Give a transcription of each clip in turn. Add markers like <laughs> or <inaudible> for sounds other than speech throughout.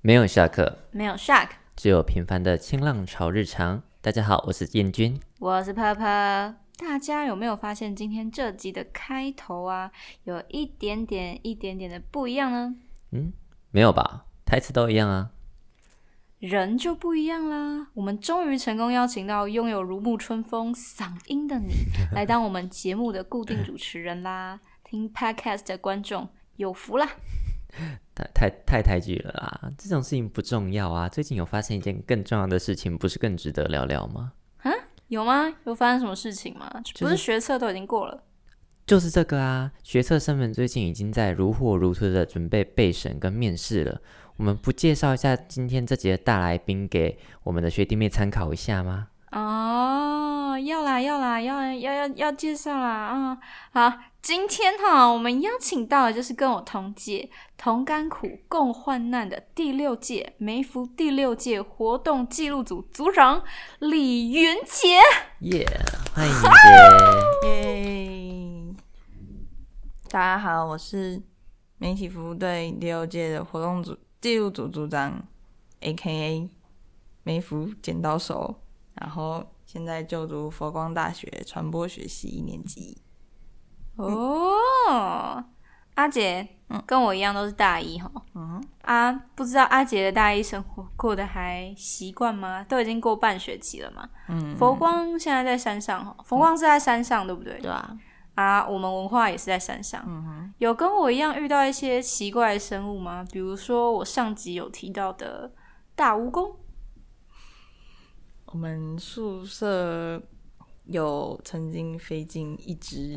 没有下课，没有 shark，只有平凡的清浪潮日常。大家好，我是燕君。我是泡泡。大家有没有发现今天这集的开头啊，有一点点、一点点的不一样呢？没有吧？台词都一样啊。人就不一样啦。我们终于成功邀请到拥有如沐春风嗓音的你，来当我们节目的固定主持人啦。听 podcast 的观众有福啦！太太太抬举了啦！这种事情不重要啊。最近有发生一件更重要的事情，不是更值得聊聊吗？有吗？有发生什么事情吗？是不是学测都已经过了，就是这个啊，学测生们最近已经在如火如荼的准备备审跟面试了。我们不介绍一下今天这集的大来宾给我们的学弟妹参考一下吗？哦，要啦要啦要要要要介绍啦啊、好，今天哈我们邀请到的就是跟我同届、同甘苦、共患难的第六届梅福第六届活动记录组组长李云杰。耶、欢迎你耶！大家好，我是媒体服务队第六届的活动组记录组组长，A.K.A. 梅福剪刀手，然后现在就读佛光大学传播学系一年级。哦，阿杰，跟我一样都是大一哈。嗯啊，不知道阿杰的大一生活过得还习惯吗？都已经过半学期了嘛。嗯，佛光现在在山上哈，佛光是在山上、对不对？啊，啊，我们文化也是在山上。嗯哼，有跟我一样遇到一些奇怪的生物吗？比如说我上集有提到的大蜈蚣。我们宿舍有曾经飞进一只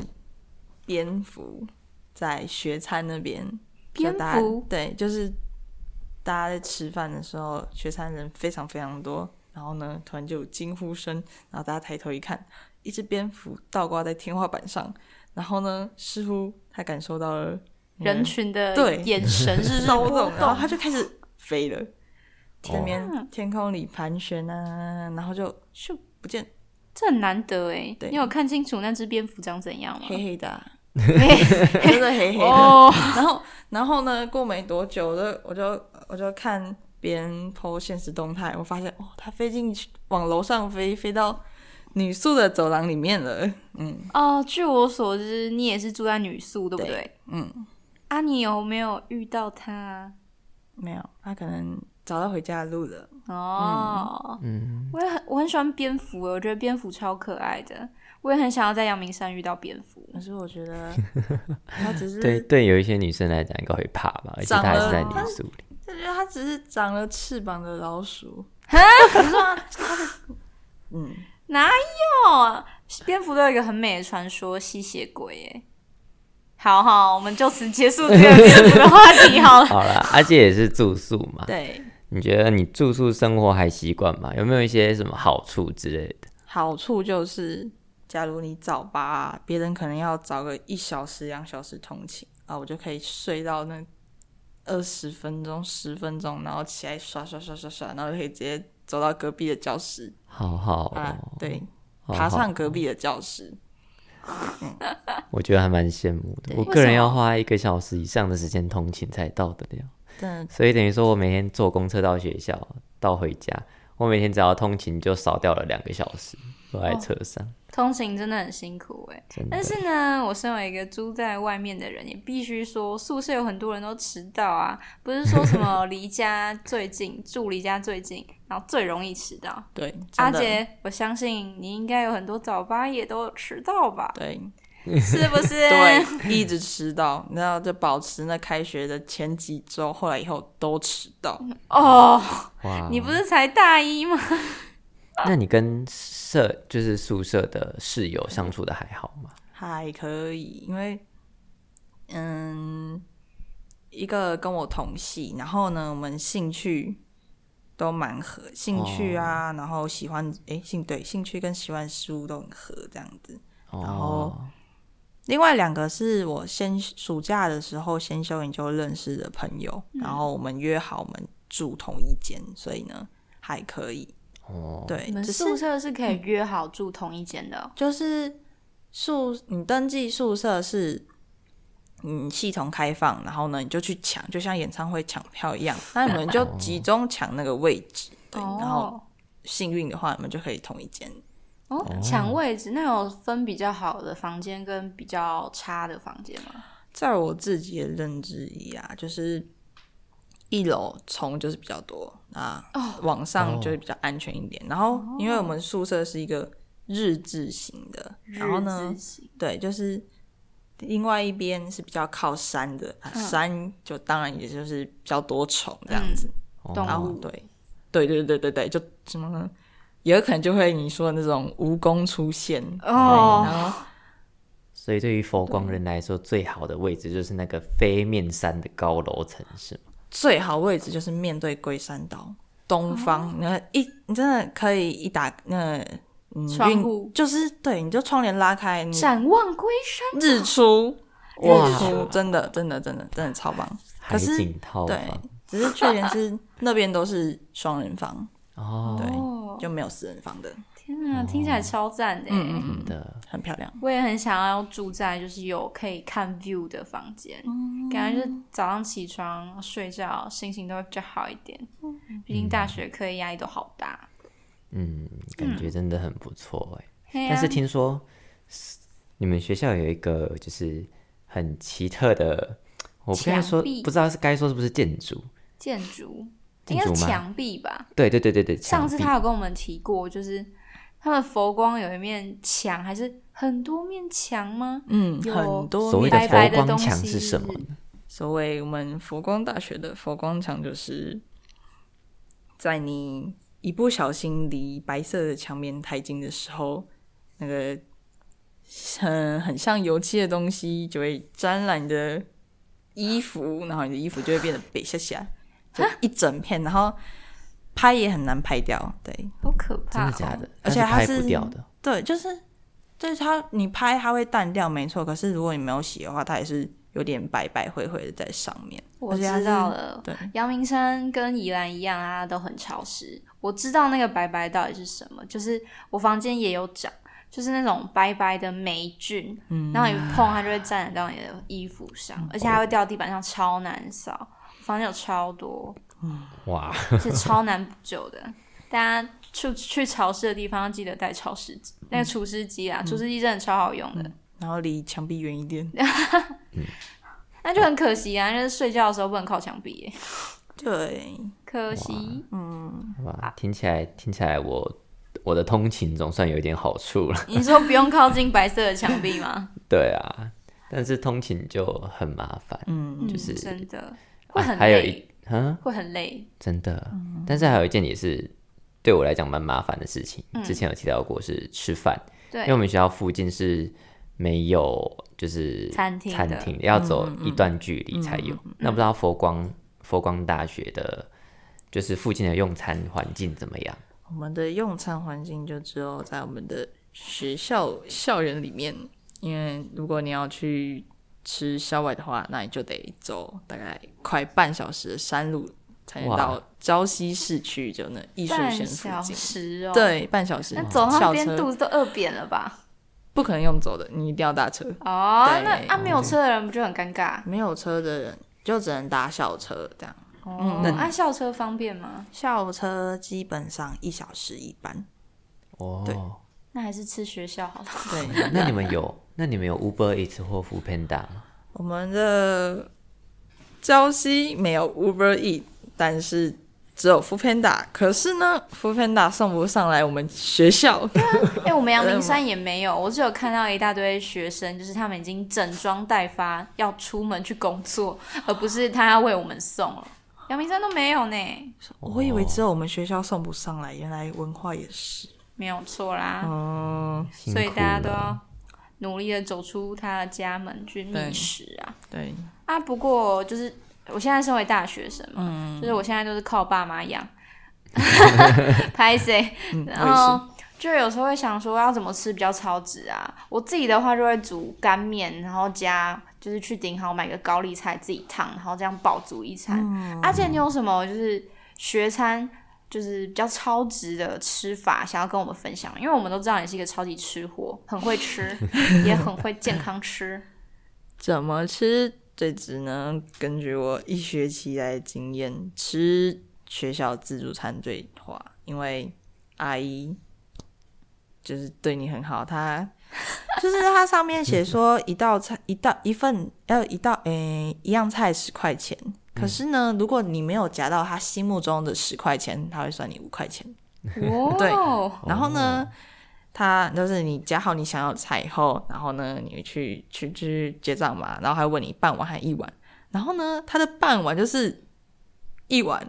蝙蝠，在学餐那边。就蝙大家蝠对，就是大家在吃饭的时候，学餐人非常非常多，然后呢，突然就有惊呼声，然后大家抬头一看，一只蝙蝠倒挂在天花板上，然后呢，似乎他感受到了人群的对眼神是骚 <laughs> 骚动动，，然后他就开始飞了，哦天边天空里盘旋啊，然后就咻不见，这很难得哎。对你有看清楚那只蝙蝠长怎样吗？黑黑的、啊， <laughs> 真的 <laughs> 黑黑的。哦，然后，然后呢？过没多久，我就我就我就看别人 PO 现实动态，我发现哦，它飞进去，往楼上飞，飞到女宿的走廊里面了。嗯，哦，据我所知，你也是住在女宿，对不对？对嗯，啊，你有没有遇到他？没有，它可能找到回家的路了。哦，嗯，我也很我很喜欢蝙蝠，欸我觉得蝙蝠超可爱的，我也很想要在阳明山遇到蝙蝠。可是我觉得它只是，耶！ <laughs> 对对，有一些女生来讲应该会怕吧，而且她还是在长女得宿里。我觉得它只是长了翅膀的老鼠。可是它它的，嗯，哪有？啊蝙蝠都有一个很美的传说，吸血鬼耶。好好，我们就此结束这个蝙蝠的话题好了。好啦，阿姐也是住宿嘛，对，你觉得你住宿生活还习惯吗？有没有一些什么好处之类的？好处就是，假如你早八，别人可能要早个一小时、两小时通勤啊，我就可以睡到那二十分钟、十分钟，然后起来刷刷刷刷刷，然后就可以直接走到隔壁的教室好好、哦啊，对，好好哦爬上隔壁的教室。我觉得还蛮羡慕的。对我个人要花一个小时以上的时间通勤才到得了，但所以等于说我每天坐公车到学校，到回家，我每天只要通勤就少掉了两个小时，坐在车上。通勤真的很辛苦哎，真的但是呢，我身为一个住在外面的人，也必须说，宿舍有很多人都迟到啊，不是说什 <laughs> 么离家最近，住离家最近，然后最容易迟到。对，阿真的，？杰，我相信你应该有很多早八也都有迟到吧 <laughs> 对是不是？对，一直迟到，然后就保持那开学的前几周，后来以后都迟到。哦，嗯哇，你不是才大一吗？那你跟舍就是宿舍的室友相处的还好吗？还可以，因为嗯，一个跟我同系，然后呢，我们兴趣都蛮合，兴趣啊，然后喜欢诶，兴对兴趣跟喜欢的事物都很合这样子。哦后，另外两个是我先暑假的时候先修研究认识的朋友，然后我们约好我们住同一间，所以呢还可以。哦，对你，们只是宿舍是可以约好住同一间的哦、就是宿，你登记宿舍是嗯系统开放，然后呢你就去抢，就像演唱会抢票一样，那你们就集中抢那个位置，对，然后哦幸运的话你们就可以同一间。哦，抢位置那有分比较好的房间跟比较差的房间吗？在我自己的认知里啊，就是一楼虫就是比较多啊，那往上就是比较安全一点。然后，因为我们宿舍是一个日字形的，然后呢日，式对，就是另外一边是比较靠山的，啊、山就当然也就是比较多虫这样子。哦动然后物对，对对对对对，就什么呢？也有可能就会你说的那种蜈蚣出现，哦，然后所以对于佛光人来说，最好的位置就是那个飞面山的高楼层，是吗？最好位置就是面对龟山岛哦东方，然后一你真的可以一打那嗯窗运户就是对，你就窗帘拉开，嗯你展望龟山日出日哇出，真的真的真的真的超棒。海可是景套对房，只是缺点是那边都是双人房，哦，对哦，就没有私人房的，天啊，嗯听起来超赞的耶。嗯嗯嗯，真的很漂亮。我也很想要住在就是有可以看 view 的房间，哦感觉就是早上起床睡觉心情都会比较好一点。毕竟大学课业压力都好大。哦嗯，感觉真的很不错哎。嘿啊但是听说你们学校有一个就是很奇特的，我不该说墙壁不知道是该说是不是建筑？建筑应建该筑是吗墙壁吧？对对对对对，上次墙壁他有跟我们提过，就是他们佛光有一面墙，还是很多面墙吗？嗯，有很多所谓的白白的佛东光西墙是什么呢？所谓我们佛光大学的佛光墙，就是在你一不小心离白色的墙面太近的时候，那个很很像油漆的东西就会沾染你的衣服，然后你的衣服就会变得北下下，就一整片，然后拍也很难拍掉。对好可真的怕、哦！假的？而且它它是是拍不掉的，对，就是就是它，你拍它会淡掉，没错。可是如果你没有洗的话，它也是有点白白灰灰的在上面。我而知且它是道了。对。阳明山跟宜兰一样啊，都很潮湿。我知道那个白白到底是什么，就是我房间也有长，就是那种白白的霉菌，嗯然后你碰它就会沾染到你的衣服上，而且还会掉地板上，超难扫。我房间有超多，哇，而且超难补救的。大家去去潮湿的地方要记得带潮湿机，嗯那个除湿机啊，除湿机真的超好用的。然后离墙壁远一点，那就很可惜啊，就是睡觉的时候不能靠墙壁耶， <laughs> 对，可惜。哇，听起来听起来我我的通勤总算有一点好处了。 <laughs> 你说不用靠近白色的墙壁吗？对啊，但是通勤就很麻烦，嗯，就是 <laughs> 嗯、真的会啊很累，还有一嗯，会很累。真的。嗯但是还有一件也是对我来讲蛮麻烦的事情，嗯之前有提到过是吃饭，因为我对，们学校附近是没有就是餐厅的餐厅的要嗯走一段距离才有。那不知道佛光佛光大学的，就是附近的用餐环境怎么样？我们的用餐环境就只有在我们的学校校园里面，因为如果你要去吃校外的话，那你就得走大概快半小时的山路才能哇到礁溪市区，就那艺术半轩附小近。时哦，，对，半小时。那走到那边校车肚子都饿扁了吧？不可能用走的，你一定要搭车。 <laughs> 哦，对那啊没有车的人不就很尴尬？没有车的人就只能搭校车，这样。哦，那按校车方便吗？校车基本上一小时一班。哦，那还是吃学校 <laughs> 好了。对，那你们有那你们有 Uber Eats 或 f o o Panda 吗？我们的礁溪没有 Uber E，但是只有 f o o Panda。可是呢 f o o Panda 送不上来我们 <laughs> 学校。哎、我们阳明山也没有，我只有看到一大堆学生，就是他们已经整装待发，要出门去工作，而不是他要为我们送了。阳明山都没有呢，我以为只有我们学校送不上来，原来文化也是。没有错啦。嗯，辛苦所以大家都了要努力的走出他的家门去觅食啊对，啊！不过就是我现在身为大学生嘛，就是我现在都是靠爸 <laughs> 妈养， <laughs> 拍谁？嗯，我然也后就有时候会想说要怎么吃比较超值啊。我自己的话就会煮干面，然后加就是去顶好买个高丽菜自己烫，然后这样饱足一餐。嗯而且你有什么就是学餐？就是比较超值的吃法，想要跟我们分享， <laughs> 因为我们都知道你是一个超级吃货，很会吃，也很会健康吃。是怎么吃最值呢？根据我一学期来的经验，吃学校自助餐最划，因为阿姨就是对你很好，她就是它上面写说一道菜一道一份要一道诶、一样菜十块钱，可是呢，如果你没有夹到他心目中的十块钱，他会算你五块钱。哇，哦然后呢，他就是你夹好你想要的菜以后，然后呢，你去去去结账嘛，然后还问你半碗还一碗，然后呢，他的半碗就是一碗，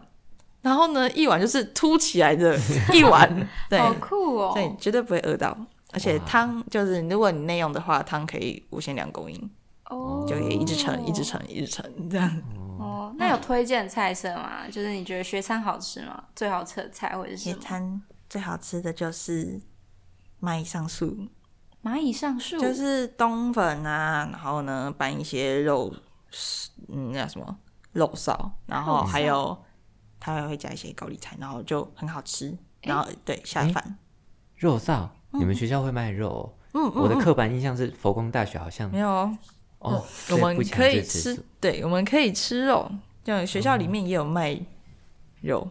然后呢，一碗就是凸起来的 <laughs> 一碗，对，好酷所以哦！绝对不会饿到。而且汤就是，如果你内用的话，汤可以无限量供应，哦，就可以一直盛、一直盛、一直盛这样。哦，那有推荐菜色吗？就是你觉得学餐好吃吗？最好吃的菜或者是野什么？餐最好吃的就是蚂蚁上树，蚂蚁上树，就是冬粉啊，然后呢拌一些肉，嗯，那叫什么肉臊，然后还有它还会加一些高丽菜，然后就很好吃。然后对下饭，肉臊，你们学校会卖肉、哦？嗯我的刻板印象是佛光大学好像没有哦，哦，我所以们不强可以制吃素，对，我们可以吃肉，就学校里面也有卖肉，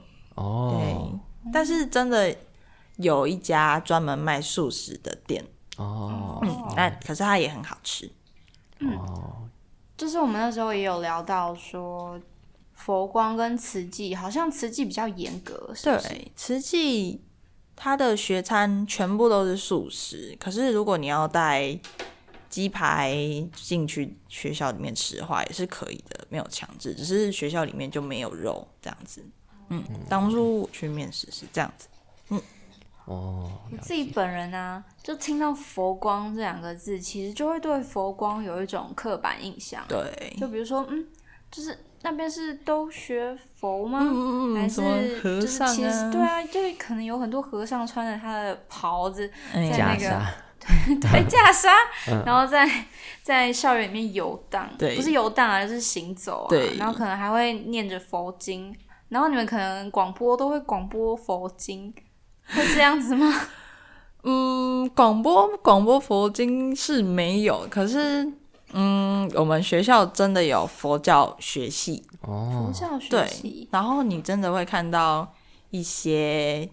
哦对，但是真的有一家专门卖素食的店，哦嗯那可是它也很好吃，哦，就是我们那时候也有聊到说，佛光跟慈济，好像慈济比较严格，是不是？对，慈济它的学餐全部都是素食，可是如果你要带鸡排进去学校里面吃的话，也是可以的，没有强制，只是学校里面就没有肉这样子。嗯，当初我去面试是这样子，哦，我自己本人啊，就听到佛光这两个字，其实就会对佛光有一种刻板印象。对，就比如说，嗯，就是那边是都学佛吗？嗯嗯嗯还什么是和就是尚其啊实对啊，就可能有很多和尚穿着他的袍子，哎在袈那个裟对嗯袈裟，然后在在校园里面游荡，对不是游荡啊，就是行走啊，对然后可能还会念着佛经，然后你们可能广播都会广播佛经，会这样子吗？嗯，广播广播佛经是没有，可是嗯，我们学校真的有佛教学系，佛哦，教学对习，，然后你真的会看到一些，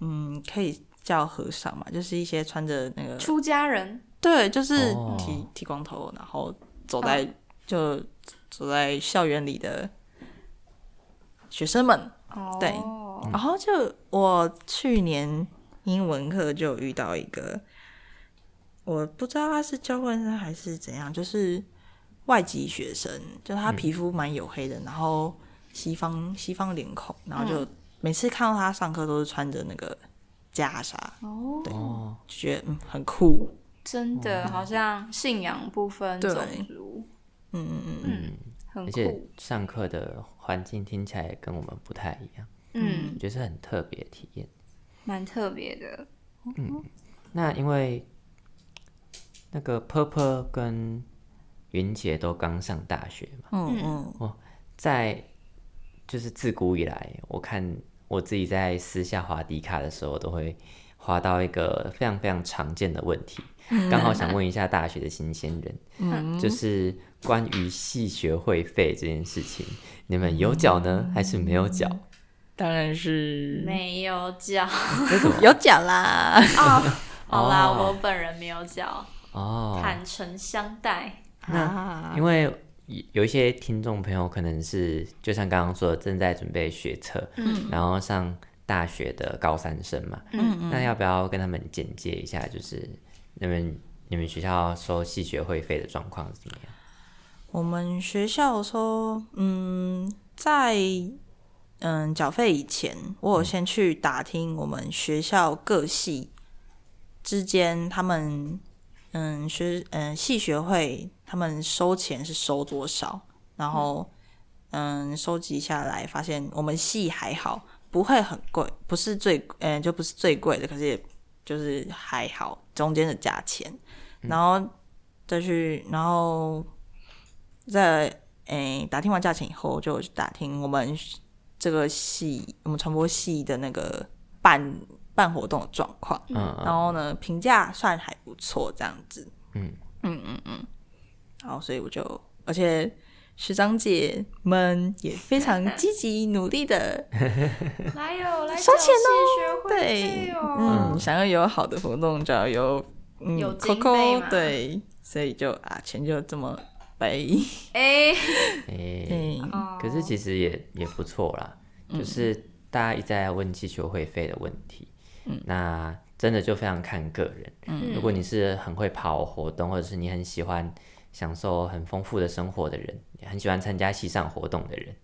嗯，可以叫和尚嘛，就是一些穿着那个，出家人对，就是哦剃剃光头，然后走在、就走在校园里的学生们。哦，对然后就我去年英文课就遇到一个，我不知道他是交换生还是怎样，就是外籍学生，就他皮肤蛮黝黑的，然后西方西方脸孔，然后就每次看到他上课都是穿着那个袈裟，哦，哦，就觉得嗯很酷，真的好像信仰不分哦对种族，嗯嗯嗯，嗯，很而且酷，上课的环境听起来跟我们不太一样，嗯，觉得是很特别的体验。蛮特别的。那因为那个 Purple 跟云姐都刚上大学嘛，嗯嗯，在就是自古以来，我看我自己在私下滑迪卡的时候，都会滑到一个非常非常常见的问题，刚好想问一下大学的新鲜人，就是关于系学会费这件事情，你们有缴呢，还是没有缴？当然是没有脚哦有奖啦，哦，好啦，哦我本人没有脚，哦，坦诚相待。 <laughs> 那因为有有一些听众朋友可能是，就像刚刚说的，正在准备学测，嗯，然后上大学的高三生嘛，嗯，那要不要跟他们简介一下，就是你们你们学校收系学会费的状况是怎么样？我们学校说，嗯，在嗯缴费以前，我有先去打听我们学校各系之间他们嗯学嗯系学会他们收钱是收多少，然后嗯收集下来，发现我们系还好，不会很贵，不是最嗯就不是最贵的，可是也就是还好中间的价钱，然后再去然后在诶、打听完价钱以后，就去打听我们这个系我们传播系的那个办办活动的状况。嗯，然后呢，评价算还不错，这样子。嗯嗯嗯嗯。后所以我就，而且学长姐们也非常积极努力的，来哟，来收找钱哦，学会费对，哦，嗯，想要有好的活动就要有，嗯有经费嘛，Coco，对，所以就啊，钱就这么白，哎、嗯诶、对，哦可是其实也也不错啦，就是大家一再来问气球会费的问题，那真的就非常看个人。嗯如果你是很会跑活动，或者是你很喜欢享受很丰富的生活的人，很喜欢参加西上活动的人，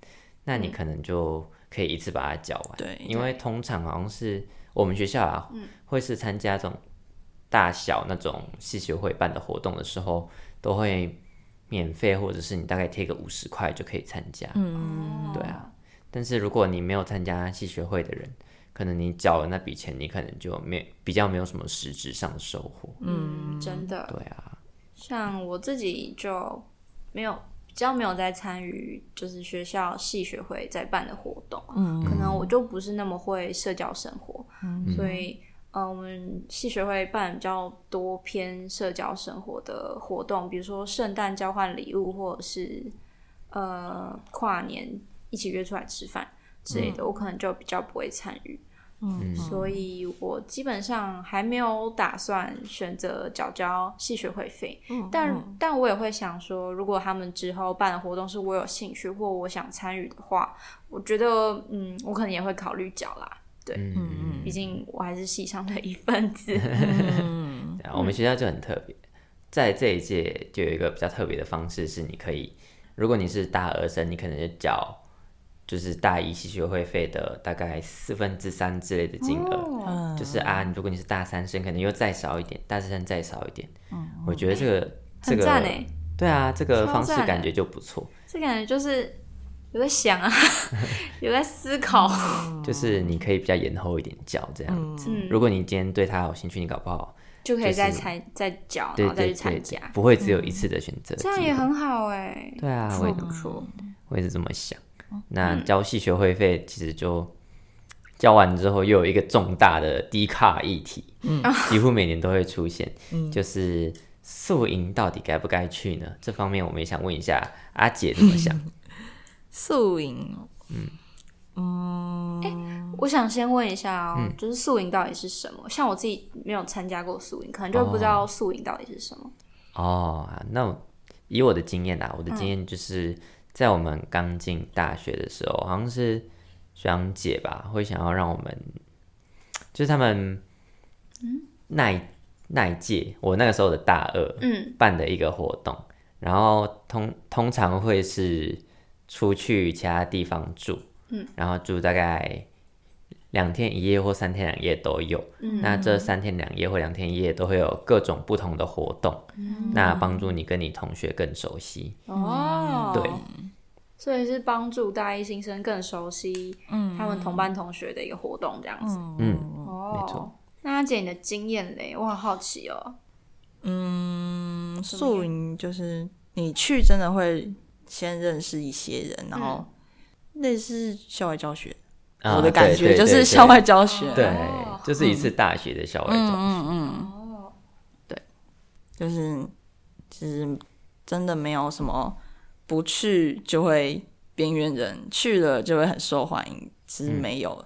那你可能就可以一次把它缴完。对因为通常好像是我们学校啊，会是参加这种大小那种系学会办的活动的时候，都会免费，或者是你大概贴个五十块就可以参加。嗯哦对啊，但是如果你没有参加系学会的人，可能你缴了那笔钱，你可能就没比较没有什么实质上的收获。嗯，真的，对啊，像我自己就没有比较没有在参与，就是学校系学会在办的活动，嗯可能我就不是那么会社交生活，所以呃，我们系学会办比较多偏社交生活的活动，比如说圣诞交换礼物，或者是呃跨年一起约出来吃饭之类的，我可能就比较不会参与。嗯所以我基本上还没有打算选择缴交系学会费，但、嗯但我也会想说，如果他们之后办的活动是我有兴趣或我想参与的话，我觉得嗯，我可能也会考虑缴啦。对，嗯，毕竟我还是系上的一 <laughs> 份子。嗯对啊我们学校就很特别，在这一届就有一个比较特别的方式是，你可以，如果你是大二生，你可能就缴。就是大一系学会费的大概四分之三之类的金额，哦就是啊，如果你是大三生，可能又再少一点，大四生再少一点。我觉得这个这很个赞哦哎，对啊，这个超方式赞感欸觉就不错。这感觉就是有在想啊， <laughs> 有在思考。嗯就是你可以比较延后一点教这样子。欸嗯如果你今天对他有兴趣，你搞不好就可以就是再参、再缴，对然后哦再对去对参对加，，嗯不会只有一次的选择。这样也很好哎、对啊，不我错也不错。我也是这么想。那交系学会费其实就交完之后又有一个重大的低卡议题，嗯，几乎每年都会出现，就是宿营到底该不该去呢？这方面我们也想问一下阿姐怎么想。宿营哦，嗯我想先问一下哦，嗯就是宿营到底是什么？像我自己没有参加过宿营，可能就不知道宿营到底是什么。哦，那我以我的经验啊啦，我的经验就是在我们刚进大学的时候，好像是学长姐吧，会想要让我们，就是他们，嗯那一那一届，我那个时候的大二，嗯，办的一个活动，然后通通常会是出去其他地方住，嗯，然后住大概两天一夜或三天两夜都有，嗯，那这三天两夜或两天一夜都会有各种不同的活动，嗯那帮助你跟你同学更熟悉，哦，对，所以是帮助大一新生更熟悉他们同班同学的一个活动，这样子。嗯，哦，没错。那阿姐，你的经验嘞？我很好奇哦。嗯，宿营就是你去真的会先认识一些人，然后类似校外教学，啊我的感对觉对就对是对校外教学，啊对哦，嗯就是一次大学的校外教学，哦，就是其实真的没有什么不去就会边缘人，去了就会很受欢迎，其实没有，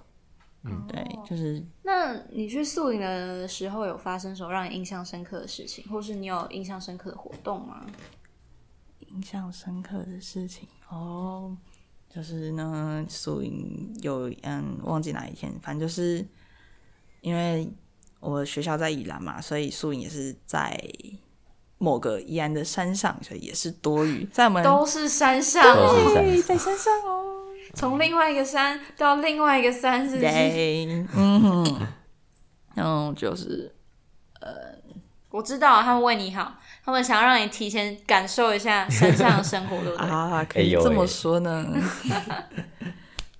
嗯，对，就是那你去宿营的时候有发生什么让你印象深刻的事情，或是你有印象深刻的活动吗？印象深刻的事情哦，就是呢，宿营有嗯忘记哪一天，反正就是因为我学校在宜兰嘛，所以宿营也是在某个宜兰的山上，所以也是多雨，在我们都是山上都哦，是山对在山上哦，从另外一个山到另外一个山，是不是？ <laughs> 对，嗯哼，然后就是我知道他们为你好，他们想要让你提前感受一下山上的生活，对不对？ <laughs> 啊，可哎以呦这喂么说呢，哎 <laughs>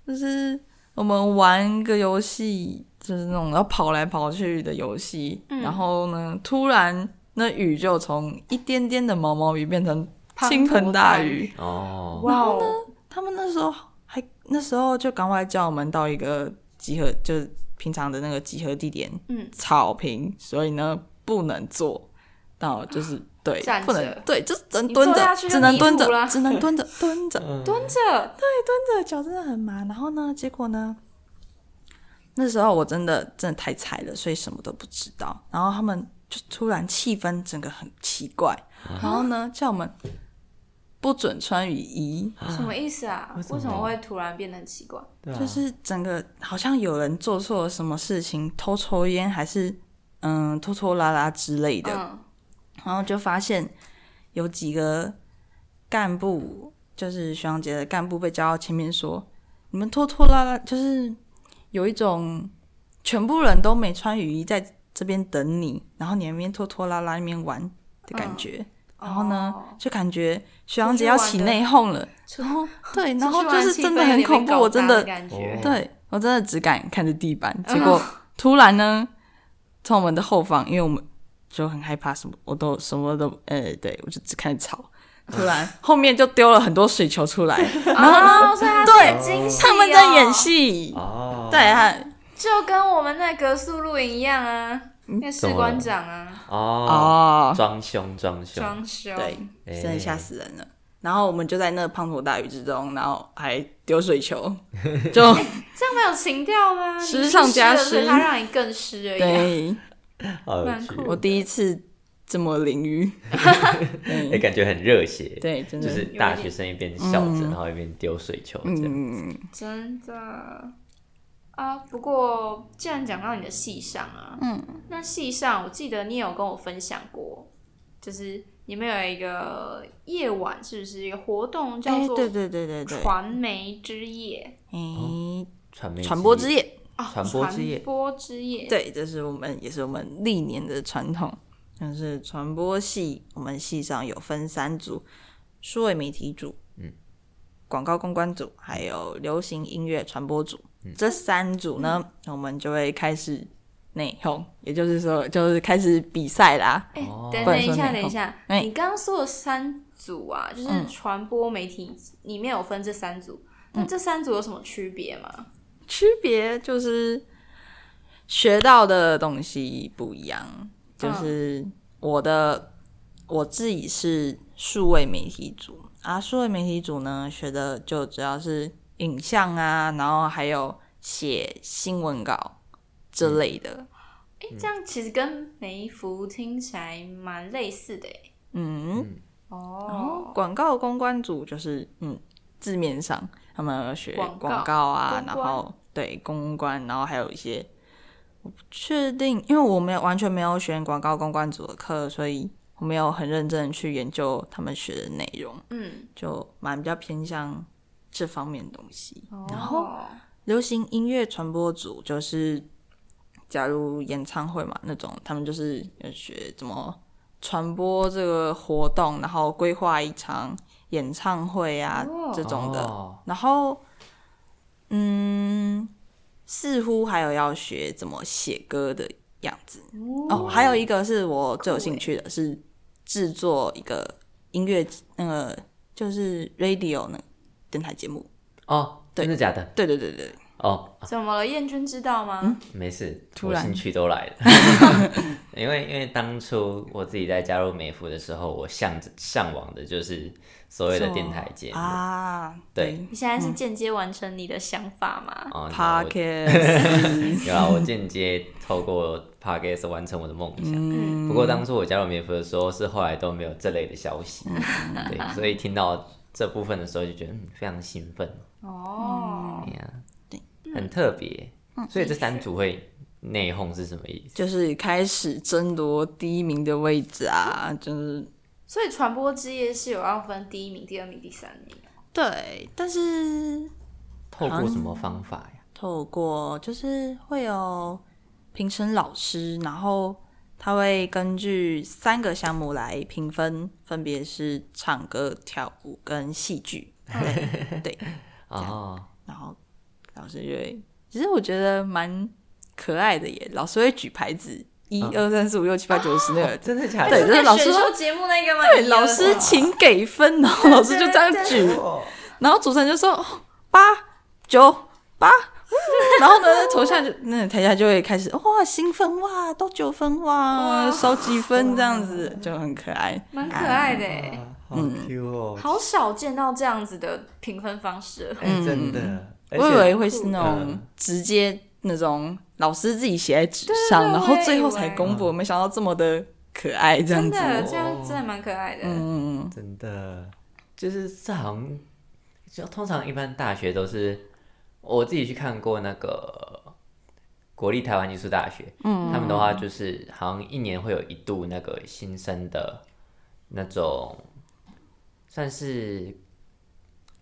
就是我们玩个游戏，就是那种要跑来跑去的游戏，然后呢，突然那雨就从一点点的毛毛雨变成滂倾盆沱大大雨雨，哦，哇哦，他们那时候还那时候就赶快叫我们到一个集合，就是平常的那个集合地点，嗯，草坪，所以呢不能坐，到就是对站，不着能对，就是只能你蹲坐下着，去就只能迷蹲路啦着，只能蹲着，蹲着，蹲着，真的脚真的很麻。然后呢，结果呢，那时候我真的真的太菜了，所以什么都不知道。然后他们就突然气氛整个很奇怪，啊然后呢叫我们不准穿雨衣，什么意思啊？为什么会突然变得很奇怪？对啊就是整个好像有人做错了什么事情，偷抽烟还是嗯拖拖拉拉之类的。嗯，然后就发现有几个干部，就是学长姐的干部被叫到前面说：“你们拖拖拉拉，就是有一种全部人都没穿雨衣在这边等你，然后你在那边拖拖拉拉那边玩的感觉。然后呢，哦嗯就感觉学长姐要起内讧了。 <laughs> 出然后对，出哎然后去就玩是气真氛的有很点恐怖，被我搞真砸的感觉哦对我真的只敢看着地板，结果突然呢，从我们的后方，因为我们就很害怕，什么我都什么都呃，对我就只看着草，突然后面就丢了很多水球出来，然后呢，哦，所以他 <laughs> 对是惊喜哦他们在演，戏，哦，对，他就跟我们那格宿露营一样啊，嗯那士官长啊，哦，哦，装凶装凶，装修，对，哎真的吓死人了。然后我们就在那滂沱大雨之中，然后还丢水球，就这样没有情调吗？时尚加你是了所以时他让你更湿而已啊。对好有蛮趣酷哦，我第一次这么淋雨，也哎感觉很热血，对，真的就是大学生一边笑着，然后一边丢水球这样。嗯，真的啊。不过既然讲到你的戏上啊，嗯，那戏上我记得你有跟我分享过，就是你们有一个夜晚，是不是一个活动叫哎，做对对对对对，传媒之夜诶，传媒传播之夜，夜，啊？传播之夜传播之夜，哦对，这是我们也是我们历年的传统，但是传播系我们系上有分三组：数位媒体组、嗯，广告公关组，还有流行音乐传播组。这三组呢，我们就会开始内讧，也就是说，就是开始比赛啦。哎、哦等不等然一说下，没等一下，哎嗯你刚刚说的三组啊，就是传播媒体里面有分这三组，那这三组有什么区别吗？区别就是学到的东西不一样，就是我的我自己是数位媒体组啊，数位媒体组呢学的就主要是影像啊，然后还有写新闻稿之类的，哎、这样其实跟梅福听起来蛮类似的哎。嗯，哦，广告公关组就是嗯，字面上他们有学广告广告啊，公关然后对公关，然后还有一些我不确定，因为我没有完全没有选广告公关组的课，所以我没有很认真地去研究他们学的内容，嗯，就蛮比较偏向这方面的东西。然后流行音乐传播组就是，假如演唱会嘛那种，他们就是要学怎么传播这个活动，然后规划一场演唱会啊、哦这种的。哦然后，嗯，似乎还有要学怎么写歌的样子哦。还有一个是我最有兴趣的是制作一个音乐，那个就是 radio 那个电台节目。哦，真的假的？对对对对，哦，怎么了？燕君知道吗？嗯没事，突我然兴趣都来了。 <laughs> 因为因为当初我自己在加入美孚的时候，我向着向往的就是所谓的电台节目。啊，对你现在是间接完成你的想法吗？啊哦，那我 <laughs>，Pocket，有啊，我间接透过 podcast 完成我的梦想。嗯嗯不过当初我加入棉服的时候，是后来都没有这类的消息，嗯对，所以听到这部分的时候就觉得、嗯、非常兴奋，哦，哎呀，对，很特别。嗯所以这三组会内讧是什么意思？ <laughs> 就是开始争夺第一名的位置啊，就是所以传播之夜是有要分第一名、第二名、第三名。对，但是透过什么方法呀？透过就是会有评审老师，然后他会根据三个项目来评分，分别是唱歌、跳舞跟 <laughs> 戏剧，对，对哦，然后老师就会，其实我觉得蛮可爱的耶，老师会举牌子，一嗯二三四五六七八九十 <laughs> 那个。真的假对的？这是老师选秀节目那个吗？对，一老二师三请给分，然后老师就这样举，哦然后主持人就说哦八九八，然后呢，投下就那台下就会开始哇兴奋哇都九分哇哇少几分这样子就很可爱。蛮可爱的哎、好 Q 哦，好少见到这样子的评分方式了。哎、真的，而我以且为会是那种嗯直接那种老师自己写在纸上，对对然后最后我也才以为公布，没想到这么的可爱这样真子。的，子这样真的蛮可爱的。嗯，嗯真的，就是这好像，就通常一般大学都是我自己去看过那个国立台湾艺术大学，嗯，他们的话就是好像一年会有一度那个新生的那种，算是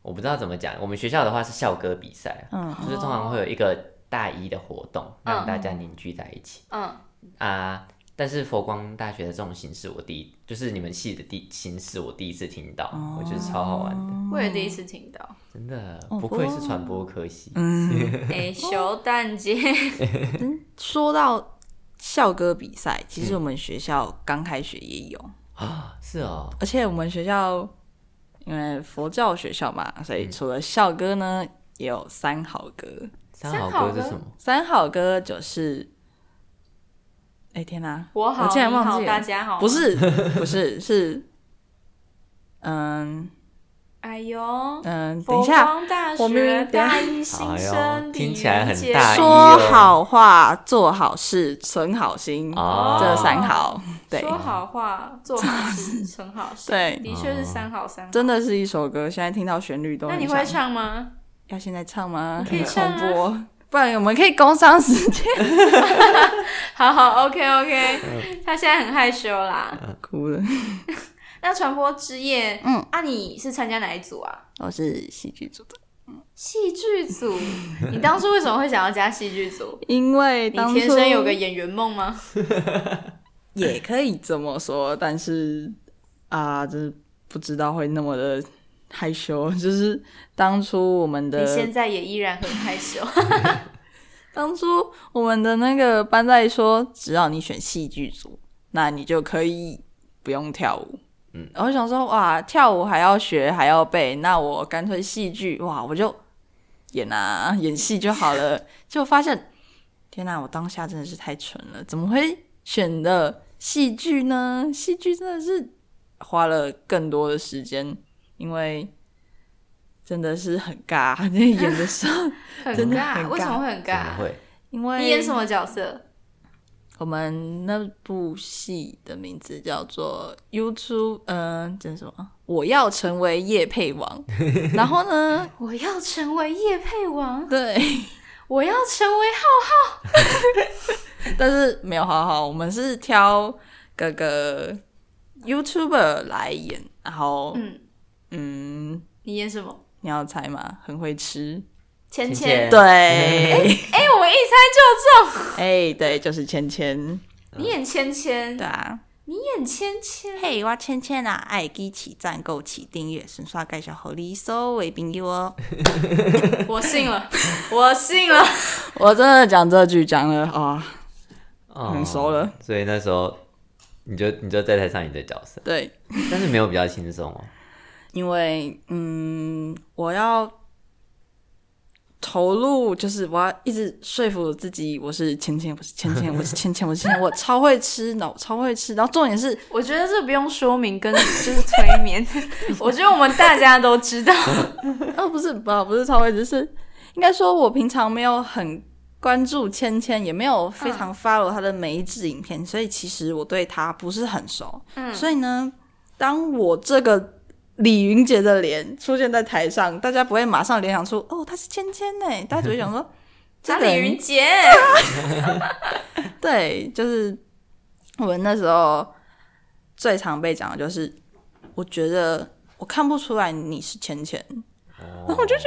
我不知道怎么讲，我们学校的话是校歌比赛，嗯，就是通常会有一个大一的活动，让大家凝聚在一起，嗯，啊，但是佛光大学的这种形式，我第一就是你们系的第形式，我第一次听到，我觉得超好玩的，我也第一次听到。真的哦哦不嗯愧是传播科系。哎、 <laughs> 小蛋姐，嗯说到校歌比赛，其嗯实我们学校刚开学也有，啊，是哦，而且我们学校因为佛教学校嗯嘛，所以除了校歌呢，也有三好歌。三三好好歌是歌什么？三好歌就是，哎、天哪、我好，我竟然忘你记好，大了，家好。不，是 <laughs> 不是是，嗯哎呦，嗯，等佛一下，光大我明学明等一下哦大一新哎呦生，听起来很李云杰大一说好话，做好事，存好心，哦这三好，对，说好话，做好事，成好事， <laughs> 对的确是哦三好三好。真的是一首歌，现在听到旋律都那很你想会唱吗？要现在唱吗？可以很唱啊重播，不然我们可以工商 <laughs> 时间好好，OK <laughs> OK。他现在很害羞啦。嗯哭了。那传播之夜，嗯，啊，你是参加哪一组啊？我是戏剧组的，戏 <laughs> 剧组。你当初为什么会想要加戏剧组？因为你 <laughs> 当天初生有个演员梦吗？ <laughs> 也可以这么说，但是啊，就是不知道会那么的害羞。就是当初我们你的现，在也依然很害羞。 <laughs> 当初我们的那个班代说，只要你选戏剧组，那你就可以不用跳舞。嗯，然后想说哇，跳舞还要学还要背，那我干脆戏剧哇，我就演啊演戏就好了。结果发现，天哪、我当下真的是太蠢了，怎么会选的戏剧呢？戏剧真的是花了更多的时间，因为真的是很尬， <laughs> 那演的时候，很真的尬，很尬为什么会怎很么尬？会？因为你演什么角色？我们那部戏的名字叫做《YouTube》，嗯，这是什么？我要成为叶配王。 <laughs> 然后呢，我要成为叶配王，对，我要成为但是没有好好，我们是挑各个 YouTuber 来演。然后，嗯，嗯，你演什么？你要猜吗？很会 <laughs> 吃，芊芊芊芊。 <laughs> 对，哎、我们一猜就中。哎，对，就是芊芊，你演芊芊对，啊。你演芊 <laughs> 芊，嘿，我芊芊啊，爱记起赞、购起订阅、顺刷介绍好利收为朋友哦。我信了，我信了。我真的讲这句讲了啊。哦很熟了。所以那时候你就你就在台上演这角色，对，但是没有比较轻松哦。因为嗯，我要投入，就是我要一直说服自己，我是芊芊，我是芊芊，我是芊芊，我是芊芊，我超会吃，然后我超会吃，然后重点是，我觉得这不用说明，跟就是催眠。 <laughs> 我觉得我们大家都 <laughs> 知道， <laughs> 哦，不是，不，不是超会吃，是应该说我平常没有很。关注芊芊也没有嗯非常 follow 她的每一支影片，所以其实我对她不是很熟。嗯所以呢，当我这个李云杰的脸出现在台上，大家不会马上联想出哦，他是芊芊呢，大家只会想 <laughs> 说这查个李人云杰，对，就是我们那时候最常被讲的就是，我觉得我看不出来你是芊芊，然后我就觉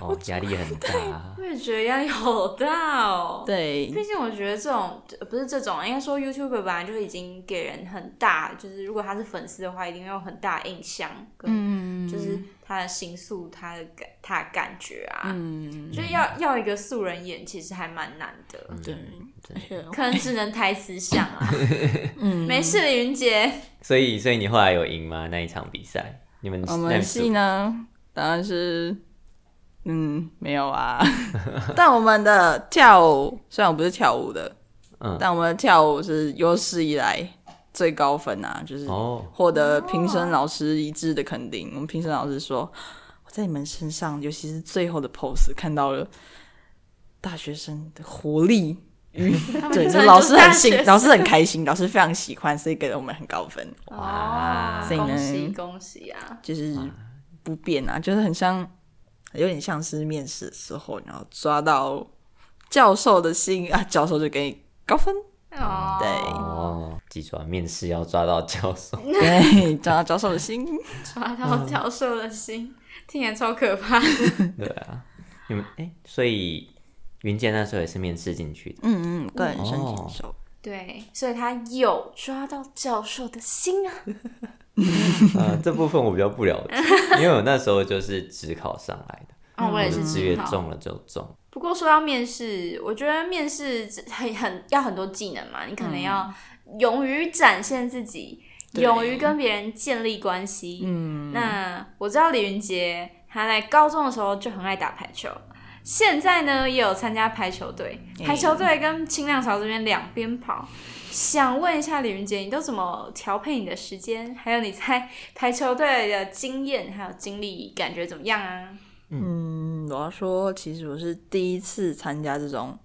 得，哦，压力很大。啊我也觉得压力好大哦。对毕竟我觉得这种呃不是这种，应该说 YouTube 本来就已经给人很大，就是如果他是粉丝的话，一定会有很大印象，跟就是他的形塑、他的感、他的感觉啊，嗯，就是要要一个素人演，其实还蛮难的，嗯对，而且可能只能台词像啊，嗯，没事，李云杰，所以所以你后来有赢吗？那一场比赛，你们那我们一系组呢，当然是嗯，没 <laughs> 有啊。但我们的跳舞，虽然我不是跳舞的，嗯但我们的跳舞是有史以来最高分啊，就是哦获得评审老师一致的肯定。我们评审老师说，我在你们身上，尤其是最后的 pose，看到了大学生的活力。 <laughs> 对，真就的老就是师大很学兴，生老师很开心，老师非常喜欢，所以给了我们很高分。哇哦所以恭呢喜恭喜啊！就是不变啊，就是很像，有点像是面试的时候，然后抓到教授的心啊，教授就给你高分，哦，对哦，记住啊，面试要抓到教授。对，抓到教授的心。抓到教授的心，听起来超可怕。对啊，你们哎、所以云健那时候也是面试进去的。嗯嗯，个人申哦请手，对，所以他有抓到教授的心啊。呃，这部分我比较不了解，因为我那时候就是只考上来的，哦，我也我是的志知愿道。中了就中。不过说到面试，我觉得面试很很要很多技能嘛，你可能要勇于展现自己，嗯对勇于跟别人建立关系。嗯，那我知道李云杰他在高中的时候就很爱打排球，现在呢也有参加排球队，哎排球队跟清凉潮这边两边跑。想问一下李云杰，你都怎么调配你的时间？还有你在 <laughs> 排球队的经验还有经历，感觉怎么样啊？嗯，我要说，其实我是第一次参加这种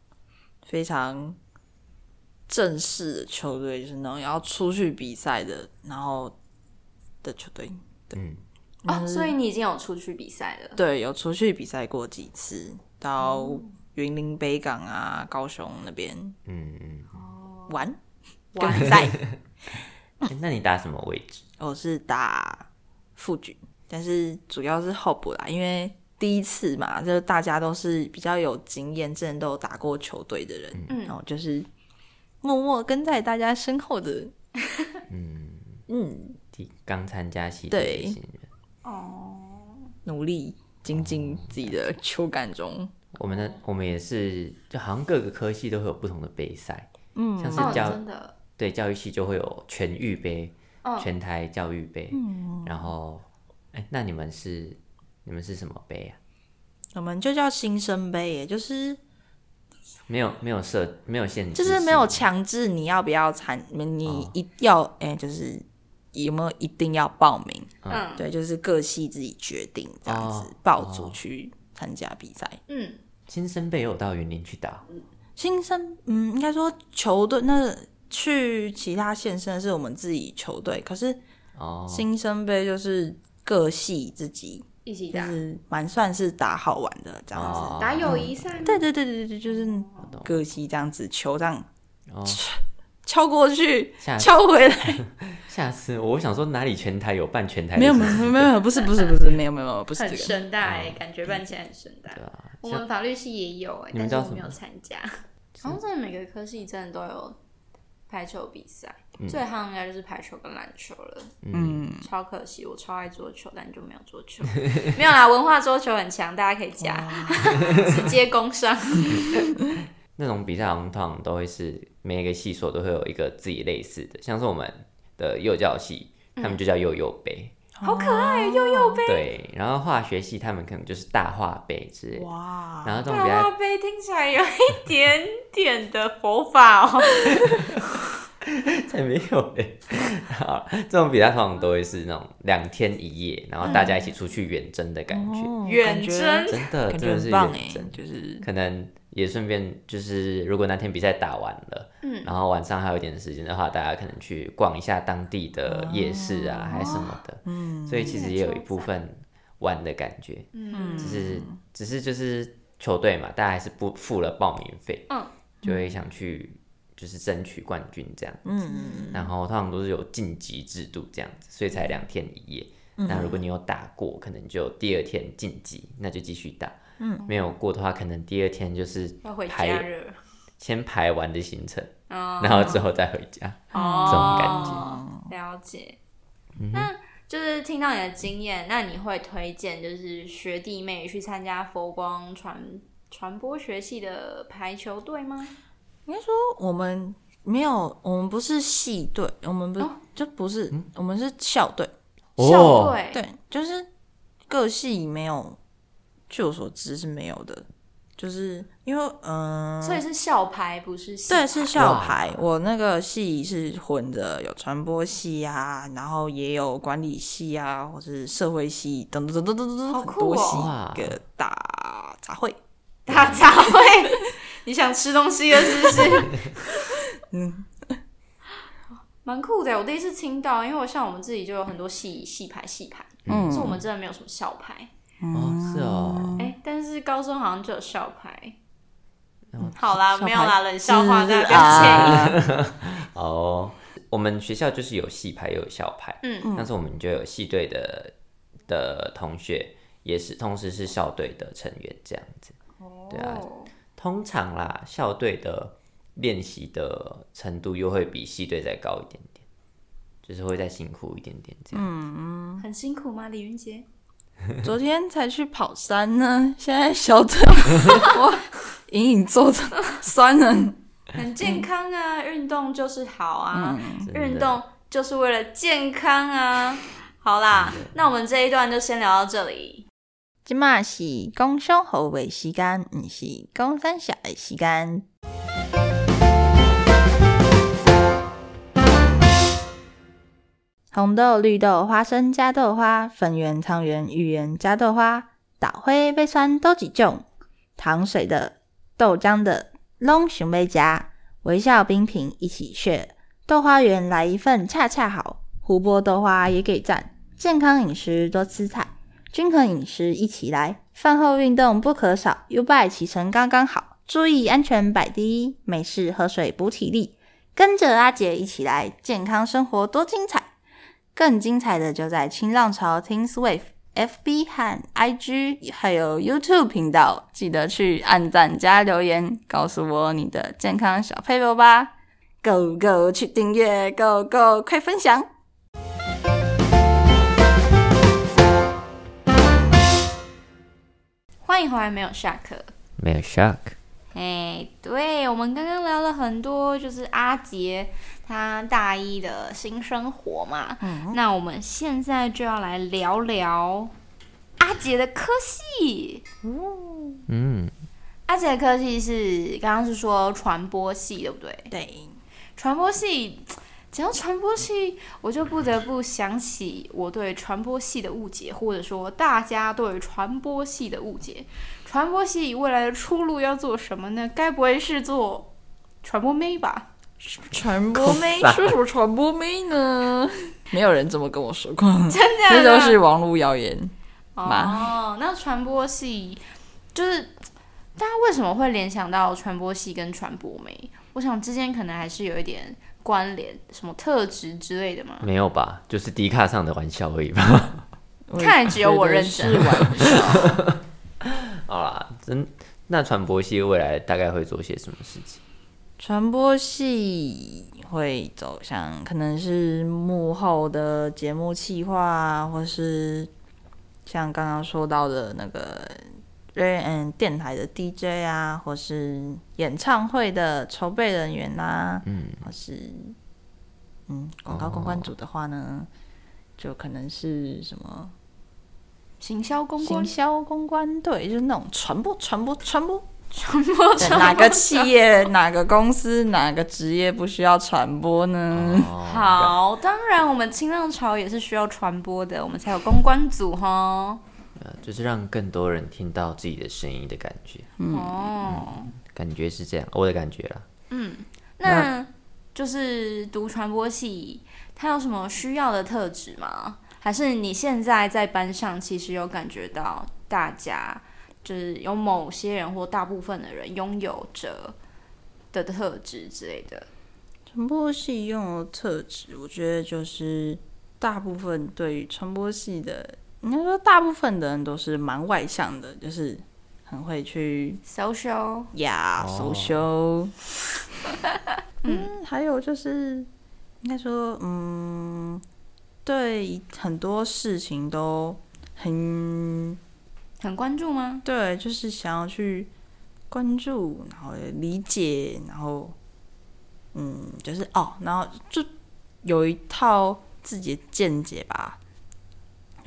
非常正式的球队，就是那种要出去比赛的，然后的球队。嗯，呃哦，所以你已经有出去比赛了。对，有出去比赛过几次，到云林北港啊、高雄那边嗯嗯、玩哇跟比赛。 <laughs> 嗯诶那你打什么位置？我是打副局，但是主要是候补啦，因为第一次嘛，就是大家都是比较有经验，之前都有打过球队的人，嗯然后就是默默跟在大家身后的，嗯，嗯，第刚参加系队的对新人。哦，努力精进自己的球感中，我们的我们也是，就好像各个科系都会有不同的杯赛，嗯像哦，是教、真的，对教育系就会有全育杯、嗯全台教育杯，然后哎、那你们是你们是什么杯啊？我们就叫新生杯，也就是没有没有设没有限制，就是没有强制你要不要参，你一要哎、就是有没有一定要报名？嗯对，就是各系自己决定这样子，哦报组去参加比赛。嗯，新生杯有到园林去打，新生，嗯，应该说球队那去其他县甚至是我们自己球队，可是哦，新生杯就是各系自己，一起就打是蛮算是打好玩的这样子。哦打友谊赛吗，对对对对对，就是懂各系这样子球这样哦，敲过去下，敲回来。下次我想说哪里全台有办全台的没有赛没事有没有没有，不是不是不是，没有没有没有不是很这个。盛大哎，感觉办起来很盛大。哦嗯对啊，我们法律系也有哎，你们但是叫我什么没有参加。好像真的每个科系真的都有排球比赛，嗯最夯应该就是排球跟篮球了。嗯，超可惜，我超爱桌球，但就没有桌 <laughs> 球。没有啦，文化桌球很强，大家可以加， <laughs> 直接攻上。那种比赛好像通常都会是每个系所都会有一个自己类似的，像是我们的幼教系，他们就叫幼幼杯，哦好可爱，又又杯，对，然后化学系他们可能就是大化杯之类的，哇，然后这种大比辣赛杯听起来有一点点的佛法哦。才 <laughs> 没有嘞，好，这种比赛通常都会是那种两天一夜，然后大家一起出去远征的感觉，远征真的哦真感觉的是很棒远哎征，，就是可能也顺便就是，如果那天比赛打完了，嗯，然后晚上还有一点时间的话，大家可能去逛一下当地的夜市啊，还是什么的，嗯，所以其实也有一部分玩的感觉，嗯只是只是就是球队嘛，大家还是不付了报名费，嗯，就会想去就是争取冠军这样，嗯，然后通常都是有晋级制度这样子，所以才两天一夜。那如果你有打过，可能就第二天晋级，那就继续打。嗯，没有过的话，可能第二天就是要回家排了。先排完的行程，哦然后之后再回家。哦，这种感嗯了解。那就是听到你的经验，那你会推荐就是学弟妹去参加佛光传传播学系的排球队吗？应该说我们没有，我们不是系队，我们不、哦就不是，我们哦是校队。校队对，就是各系没有据我所知是没有的，就是因为嗯，所以是校牌，不是系对，排是校哇牌。我那个系是混着有传播系啊，然后也有管理系啊，或是社会系等等等等等等，好很酷多哦系哇个大杂烩。大杂烩。你想吃东西了是不是？嗯， <laughs> 嗯 <laughs> 蛮酷的。我第一次听到，因为我像我们自己就有很多戏戏牌戏牌，嗯所以我们真的没有什么校牌。哦，是哦，哎、但是高中好像就有校牌。嗯好啦，校没有啦，牌冷笑话，是大家啊 <laughs> 哦，我们学校就是有系排，也有校排。不要介意。嗯，那时候我们就有系队的的同学，也是同时是校队的成员这样子。对啊哦通常啦，校队的练习的程度又会比系队再高一点点，就是会再辛苦一点点这样。很辛苦吗？李云杰，昨天才去跑山呢，现在小腿 <laughs> 我隐隐作痛，酸了。很健康啊，运动就是好啊，嗯真的运动就是为了健康啊。好啦，那我们这一段就先聊到这里。今嘛是讲胸口的时间，不是讲三小的时间。红豆、绿豆、花生、加豆花，粉圆、汤圆、芋圆、加豆花，倒灰、被酸都几种，糖水的、豆浆的，拢想要加。微笑冰品一起 share，豆花圆来一份恰恰好，胡萝卜豆花也给赞。健康饮食多吃菜。均衡饮食一起来，饭后运动不可少，U bike 骑乘刚刚好，注意安全摆第一，没事喝水补体力，跟着阿杰一起来，健康生活多精彩！更精彩的就在新浪潮听 Swave。FB 和 IG 还有 YouTube 频道，记得去按赞加留言，告诉我你的健康小配博吧！Go Go 去订阅，Go Go 快分享！欢迎回来，没有下课。没有 shock，哎，对，我们刚刚聊了很多，就是阿杰他大一的新生活嘛。嗯那我们现在就要来聊聊阿杰的科系。嗯，阿杰的科系是刚刚是说传播系，对不对？对，传播系，讲到传播系，我就不得不想起我对传播系的误解，或者说大家对传播系的误解。传播系未来的出路要做什么呢？该不会是做传播妹吧？传播妹哭，说什么传播妹呢？没有人这么跟我说过，真的啊，这都是网络谣言。哦。那传播系就是大家为什么会联想到传播系跟传播妹？我想之间可能还是有一点关联，什么特质之类的嘛。没有吧？就是迪卡上的玩笑而已吧。看来只有我认真是玩笑好啦，真那传播系未来大概会做些什么事情？传播系会走向可能是幕后的节目企划啊，或是像刚刚说到的那个。嗯，电台的 DJ 啊，或是演唱会的筹备人员啊，嗯，或是嗯广告公关组的话呢，就可能是什么行销公关行销公关队，就是那种传播、传播、传播。传播对传哪播个企业、哪个公司、哪个职业不需要传播呢？哦，嗯好，当然我们清浪潮也是需要传播的，我们才有公关组哈。呃就是让更多人听到自己的声音的感觉，哦，感觉是这样，我的感觉啦。那就是读传播系，它有什么需要的特质吗？还是你现在在班上其实有感觉到大家就是有某些人或大部分的人拥有着的特质之类的？传播系用的特质，我觉得就是大部分对于传播系的，应该说大部分的人都是蛮外向的，就是很会去 social 呀哦手修。嗯，还有就是，应该说，嗯，对很多事情都很很关注吗？对，就是想要去关注，然后理解，然后嗯，就是哦，然后就有一套自己的见解吧。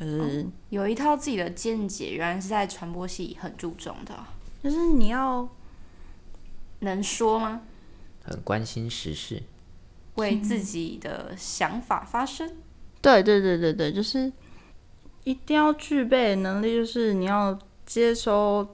就是、有一套自己的见解，原来是在传播系很注重的哦，就是你要能说吗？很关心时事，为自己的想法发声，对对对对对，就是一定要具备的能力，就是你要接收，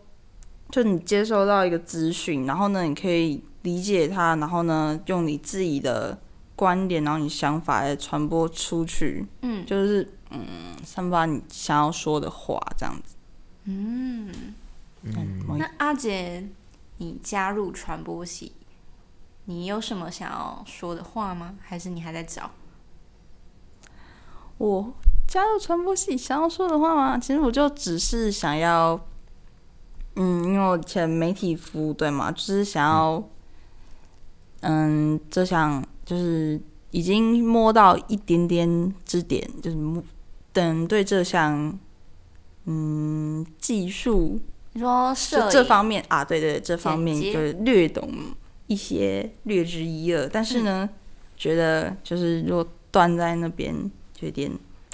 就你接收到一个资讯，然后呢，你可以理解它，然后呢，用你自己的观点，然后你想法来传播出去，嗯就是嗯，散发你想要说的话，这样子。嗯。嗯，某一那阿杰，你加入传播系，你有什么想要说的话吗？还是你还在找？我加入传播系想要说的话吗？其实我就只是想要，嗯，因为我以前媒体服务对嘛，就是想要，嗯，就想就是已经摸到一点点支点，就是摸等对这项嗯技术你说就摄这影方面啊，对对，对这方面剪接就是略懂一些，略知一二。但是呢，觉得就是如果断在那边，就有点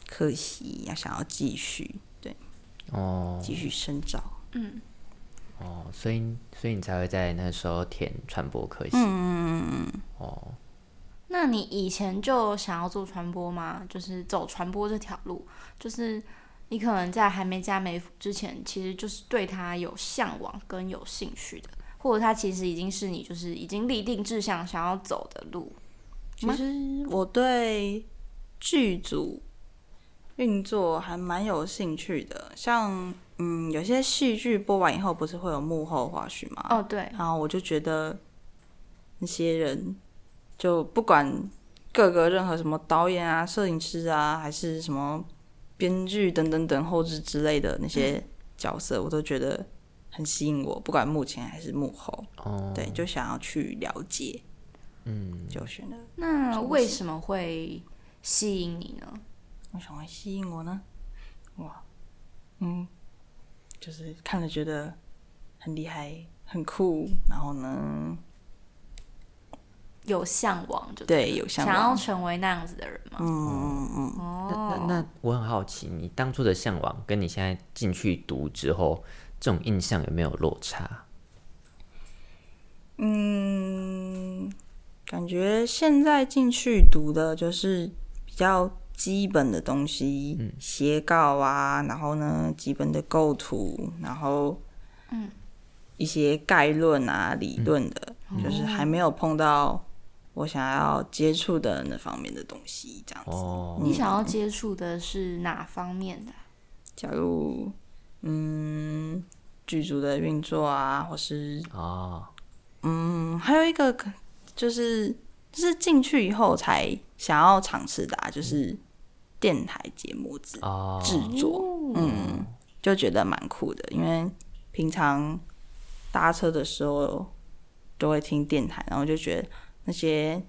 可惜，要想要继续，对，哦继续深造。哦，所以所以你才会在那时候填传播科系，嗯哦，那你以前就想要做传播吗？就是走传播这条路，就是你可能在还没加美服之前，其实就是对它有向往跟有兴趣的，或者它其实已经是你就是已经立定志向想要走的路。其实我对剧组运作还蛮有兴趣的，像嗯，有些戏剧播完以后，不是会有幕后花絮吗？哦，对，然后我就觉得那些人就不管各个任何什么导演啊、摄影师啊，还是什么编剧等等等后置之类的那些角色，我都觉得很吸引我，不管幕前还是幕后，哦，对，就想要去了解，嗯，就选了。那为什么会吸引你呢？为什么会吸引我呢？哇，嗯，就是看了觉得很厉害、很酷，然后呢，有向往就对，有向想要往，成为那样子的人吗？嗯嗯嗯。那那那我很好奇，你当初的向往跟你现在进去读之后，这种印象有没有落差？嗯，感觉现在进去读的就是比较基本的东西，斜稿啊，然后呢，基本的构图，然后嗯，一些概论啊、理论的，就是还没有碰到我想要接触的那方面的东西，这样子。哦，你嗯想要接触的是哪方面的？假如嗯，剧组的运作啊，或是哦，嗯，还有一个可就是就是进去以后才想要尝试的、啊，就是电台节目制哦，制作，嗯，就觉得蛮酷的，因为平常搭车的时候都会听电台，然后就觉得那些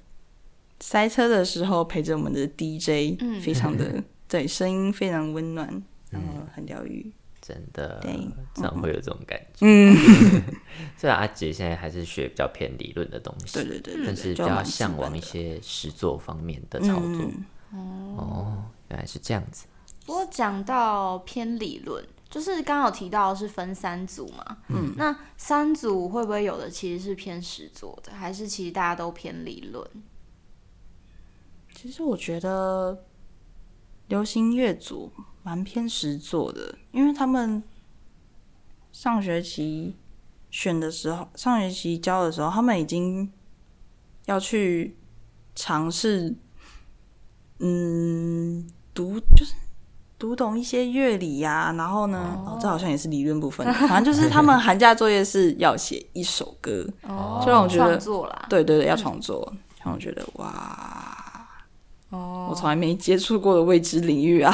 塞车的时候陪着我们的 DJ，、嗯非常的对，声音非常温暖，然后嗯很疗愈。真的对，这样会有这种感觉。嗯， <laughs> 虽然阿杰现在还是学比较偏理论的东西，对对对对但是嗯对，比就较蛮基向本往的一些实作方面的操作。嗯哦，原来是这样子。不过讲到偏理论，就是刚好提到是分三组嘛，嗯，那三组会不会有的其实是偏实作的，还是其实大家都偏理论？其实我觉得流行乐组蛮偏实作的，因为他们上学期选的时候，上学期教的时候，他们已经要去尝试，嗯，读就是。读懂一些乐理呀、然后呢，哦这好像也是理论部分的，反正就是他们寒假作业是要写一首歌，哦就让我觉得创作啦，对对对，要创作，让我觉得哇，我哦，从来没接触过的未知领域啊。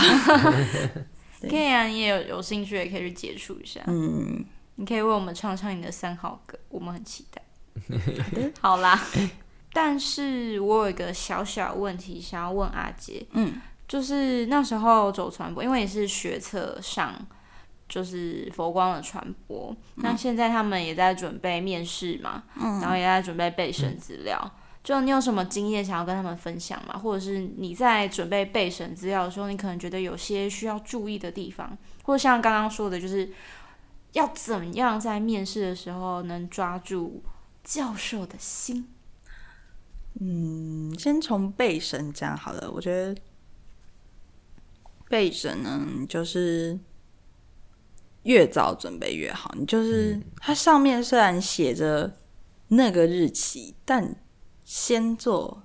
可以啊，你也有有兴趣也可以去接触一下，嗯，你可以为我们唱唱你的三号歌，我们很期待。 <laughs> 好啦，但是我有一个小小问题想要问阿杰，嗯，就是那时候走传播，因为你是学测上就是佛光的传播，那现在他们也在准备面试嘛，然后也在准备备审资料。就你有什么经验想要跟他们分享吗？或者是你在准备备审资料的时候，你可能觉得有些需要注意的地方，或者像刚刚说的，就是要怎样在面试的时候能抓住教授的心？嗯，先从背神讲好了。我觉得背神呢，你就是越早准备越好。你就是、它上面虽然写着那个日期，但先做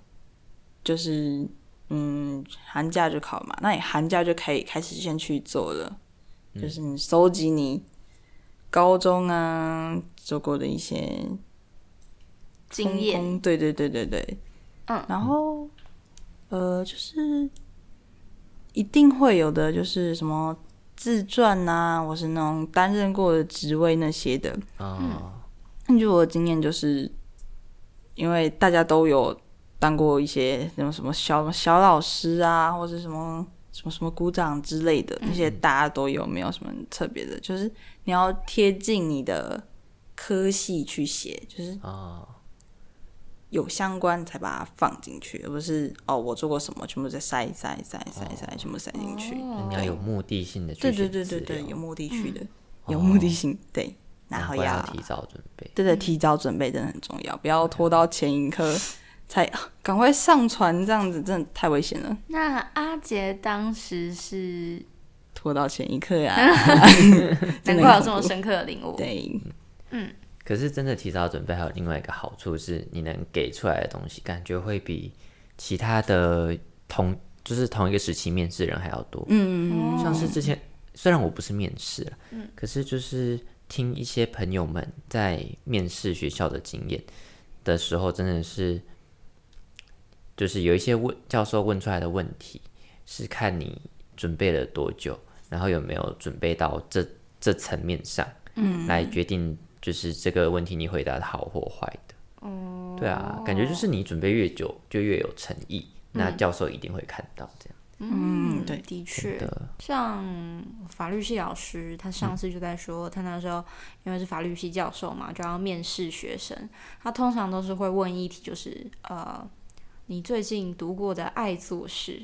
就是嗯，寒假就考嘛，那你寒假就可以开始先去做了，就是你收集你高中啊做过的一些经通验通对对对对对，嗯，然后呃，就是一定会有的，就是什么自传呐、我是那种担任过的职位那些的。嗯哦，根据我的经验，就是因为大家都有当过一些什么什么小小老师啊，或者什么什么什么鼓掌之类的，那嗯些大家都有，没有什么特别的，就是你要贴近你的科系去写，就是哦，有相关才把它放进去，而不是哦我做过什么全部再塞塞塞塞塞全部塞进去。你要有目的性的去对对选对资对对，料有目的去的，有目的性，对，然难后怪要提早准备。对对提早准备真的很重要，不要拖到前一刻才啊赶快上传，这样子真的太危险了，那阿杰当时是，拖到前一刻啊，难 <laughs> 真的很怪有这么恐怖深刻的领悟。嗯对，可是真的提早准备还有另外一个好处是，你能给出来的东西感觉会比其他的同就是同一个时期面试人还要多。嗯，像是之前虽然我不是面试了，可是就是听一些朋友们在面试学校的经验的时候，真的是就是有一些问教授问出来的问题是看你准备了多久，然后有没有准备到这这层面上，嗯，来决定就是这个问题你回答的好或坏的。哦，对啊，感觉就是你准备越久就越有诚意，那教授一定会看到这样。嗯对的确真的，像法律系老师，他上次就在说，他那时候因为是法律系教授嘛，就要面试学生，他通常都是会问一题，就是呃，你最近读过的爱作诗，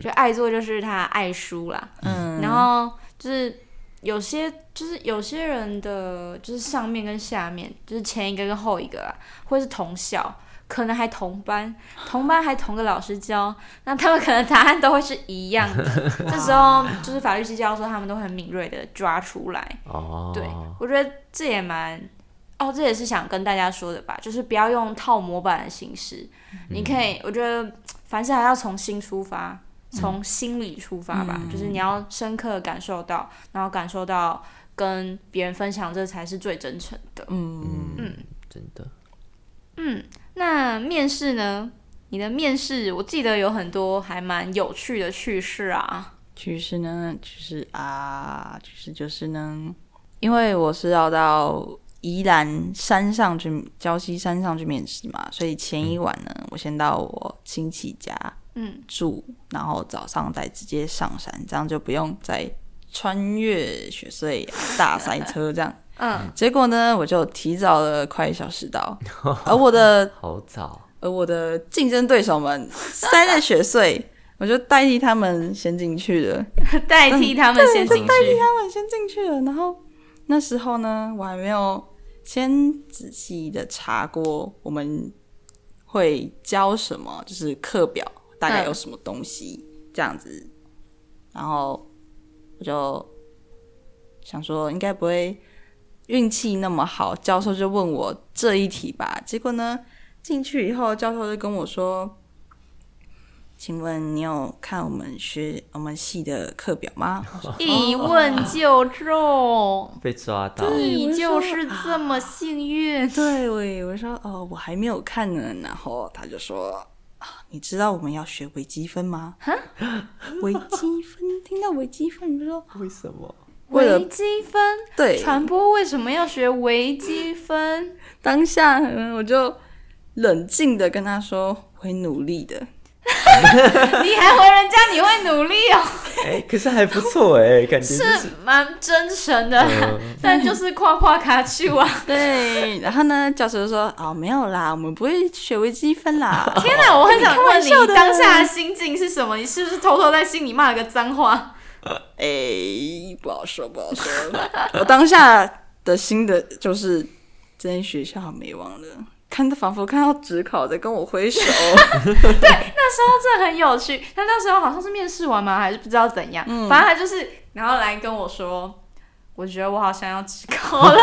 就爱作就是他爱书啦，嗯，然后就是有些就是有些人的就是上面跟下面，就是前一个跟后一个啊，或是同校，可能还同班，同班还同个老师教，那他们可能答案都会是一样的。这时候就是法律系教授他们都很敏锐的抓出来。哦，对，我觉得这也蛮。哦，这也是想跟大家说的吧，就是不要用套模板的形式，你可以，我觉得凡事还要从心出发，从心里出发吧，就是你要深刻地感受到，然后感受到跟别人分享，这才是最真诚的。嗯，嗯，真的。那面试呢？你的面试，我记得有很多还蛮有趣的趣事啊。其实呢，其实啊，其实就是呢，因为我是要到宜兰山上去，礁溪山上去面试嘛，所以前一晚呢，我先到我亲戚家嗯，住，然后早上再直接上山，这样就不用再穿越雪隧、大塞车这样。嗯，结果呢，我就提早了快一小时到，而我的好早，而我的竞争对手们塞在雪隧，我就代替他们先进去了。代替他们先进去。他们先进去了，然后那时候呢，我还没有先仔细的查过我们会教什么，就是课表大概有什么东西、这样子，然后我就想说应该不会运气那么好，教授就问我这一题吧，结果呢进去以后，教授就跟我说。请问你有看我们学我们系的课表吗？我说 <laughs> 一问就中，被抓到，你就是这么幸运。 <laughs> 对，我以为说哦，我还没有看呢。然后他就说啊，你知道我们要学微积分吗？微积分，听到微积分你就说为什么？为了微积分对，传播为什么要学微积分？ <laughs> 当下嗯我就冷静的跟他说会努力的。 <laughs> 你还回人家你会努力哦？哎、可是还不错哎、感觉、就是 <laughs> 是蛮真诚的， <laughs> 但就是跨跨卡去 <laughs> 啊！对，然后呢，教授就说：“哦，没有啦，我们不会学微积分啦。天哪，我很想问你开玩笑的当下的心境是什么？你是不是偷偷在心里骂了个脏话？”哎，不好说，不好说。 <laughs> 我当下的心的就是，这间学校好没忘了，看到仿佛看到职考在跟我 <laughs> 挥手。那时候真的哦很有趣。他那时候好像是面试完吗？还是不知道怎样？反正他就是，嗯然后来跟我说，我觉得我好像要职高了。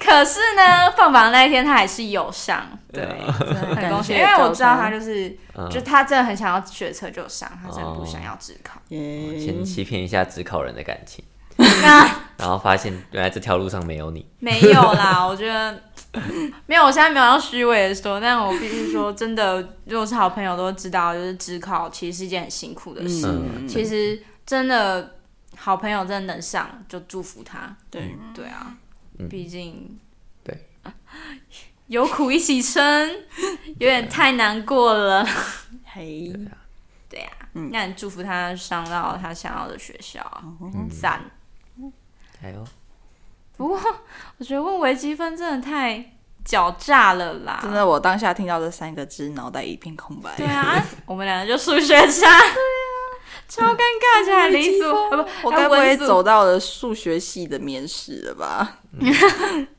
可是呢，放榜那一天他还是有上，对，很恭喜，因为我知道他就是，嗯呃就他真的很想要学车就上，他真的哦不想要职 <laughs> 考。先欺骗一下只考人的感情，那然后发现原来这条路上没有你。没有啦，我觉得没有。我现在没有要虚伪的说，但我必须说，真的，如果是好朋友都知道，就是职考其实是一件很辛苦的事。嗯，其实真的好朋友真的能上，就祝福他。对，对啊，毕竟嗯对有苦一起撑，有啊点太难过了。嘿，对啊，那你祝福他上到他想要的学校啊，嗯赞、加油！不过我觉得问微积分真的太狡诈了啦，真的，我当下听到这三个字，脑袋一片空白。对啊，我们两个就数学差，啊超尴尬，而且还理组，啊不，哎我还该不会文组走到了数学系的面试了吧？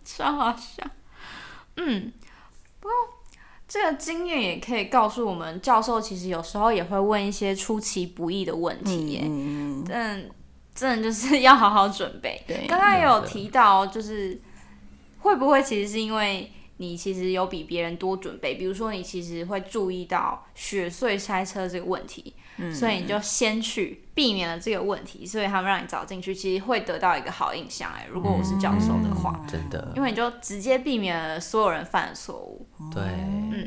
超好笑。嗯，不过这个经验也可以告诉我们，教授其实有时候也会问一些出其不意的问题耶，嗯，但真的就是要好好准备。对，刚刚也有提到，就是会不会其实是因为你其实有比别人多准备，比如说你其实会注意到雪隧塞车这个问题，嗯所以你就先去避免了这个问题，所以他们让你早进去，其实会得到一个好印象、哎，如果我是教授的话，嗯真的，因为你就直接避免了所有人犯的错误。对，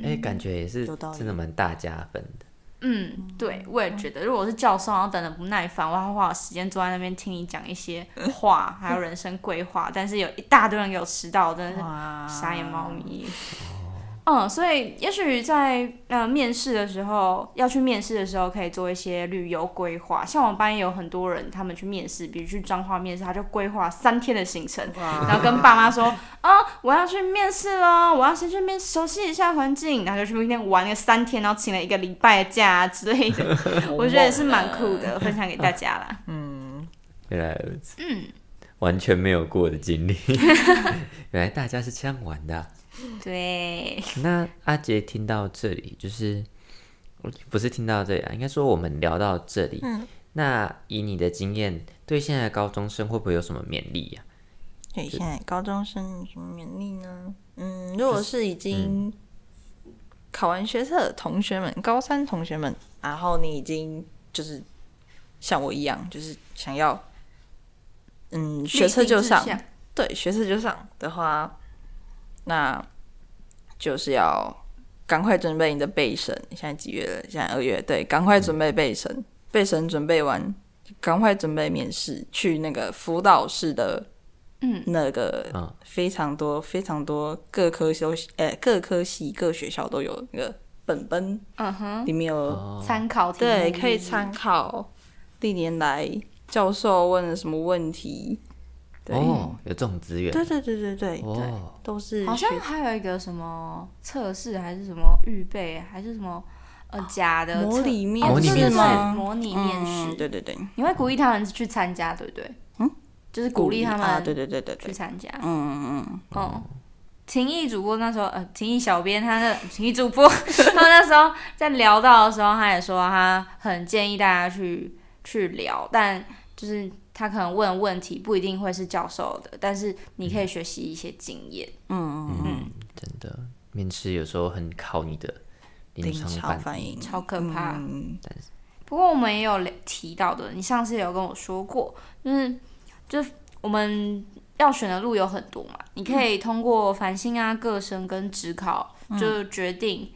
哎、感觉也是有道理真的蛮大加分的。嗯，对，我也觉得，如果我是教授，然后等的不耐烦，我要花我时间坐在那边听你讲一些话，还有人生规划，但是有一大堆人给我迟到，我真的是哇傻眼猫咪。啊嗯，所以也许在呃面试的时候，要去面试的时候，可以做一些旅游规划。像我们班也有很多人，他们去面试，比如去彰化面试，他就规划三天的行程，然后跟爸妈 <laughs> 说：“啊，我要去面试喽，我要先去面熟悉一下环境。”然后就去那边玩了三天，然后请了一个礼拜的假啊之类 <laughs> 的。我觉得也是蛮酷的，分享给大家啦。原来如此，嗯，完全没有过的经历， <laughs> 原来大家是这样玩的啊、对，那阿杰听到这里，就是呃不是听到这里啊？应该说我们聊到这里。那以你的经验，对现在的高中生会不会有什么勉励啊呀、对，现在高中生有什么勉励呢？嗯，如果是已嗯经考完学测的同学们，高三同学们，然后你已经就是像我一样，就是想要嗯学测就上立，定志向对，学测就上的话，那就是要赶快准备你的备审。现在几月了？现在二月，对，赶快准备备审。备审准备完，赶快准备面试，去那个辅导室的，嗯，那个嗯非常多、非常多各科修，呃，各科系、各学校都有那个本本，嗯哼，里面啊有哦参考题目对，可以参考历年来教授问了什么问题。对，哦，有这种资源。对对对对对，哦，都是好像学还有一个什么测试，还是什么预备，还是什么呃假的啊模测拟面哦模拟对对面对试模拟面试。嗯对对对，你会鼓励他们去参加，对不对？嗯，就是鼓励他啊，对们对对对去对，参加。嗯嗯嗯，哦，情谊主播那时候，呃，情谊小编他的情谊主播， <laughs> 他那时候在聊到的时候，他也说他很建议大家去去聊，但就是他可能问的问题不一定会是教授的，但是你嗯可以学习一些经验。嗯，真的，面试有时候很考你的临临场场反反应。应超可怕嗯不过我们也有聊提到的，你上次有跟我说过，就是就是我们要选的路有很多嘛，你可以通过繁星啊、个生跟职考，就决定，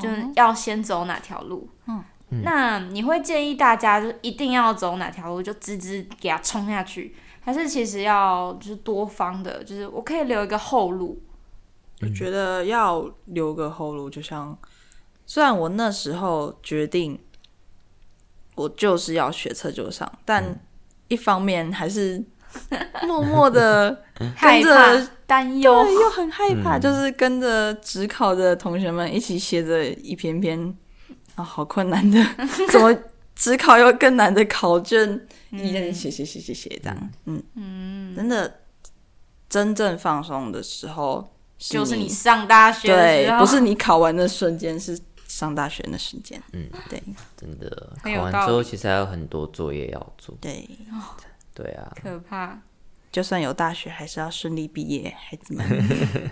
就是要先走哪条路。嗯，那你会建议大家就一定要走哪条路，就直直给它冲下去，还是其实要就是多方的，就是我可以留一个后路，我嗯觉得要留个后路，就像虽然我那时候决定我就是要学测就上，嗯但一方面还 <laughs> 是默默的害嗯跟着怕、担忧，对，又很害怕，嗯就是跟着职考的同学们一起写着一篇篇啊，好困难的， <laughs> 怎么职考又更难的考卷，嗯一样写写写写写这样，嗯嗯，真的真正放松的时候就是你上大学的对时候，，不是你考完的瞬间，是上大学那瞬间，嗯，对真的，考很有完道之后理其实还有很多作业要做。对，对啊，可怕，就算有大学，还是要顺利毕业，孩子们。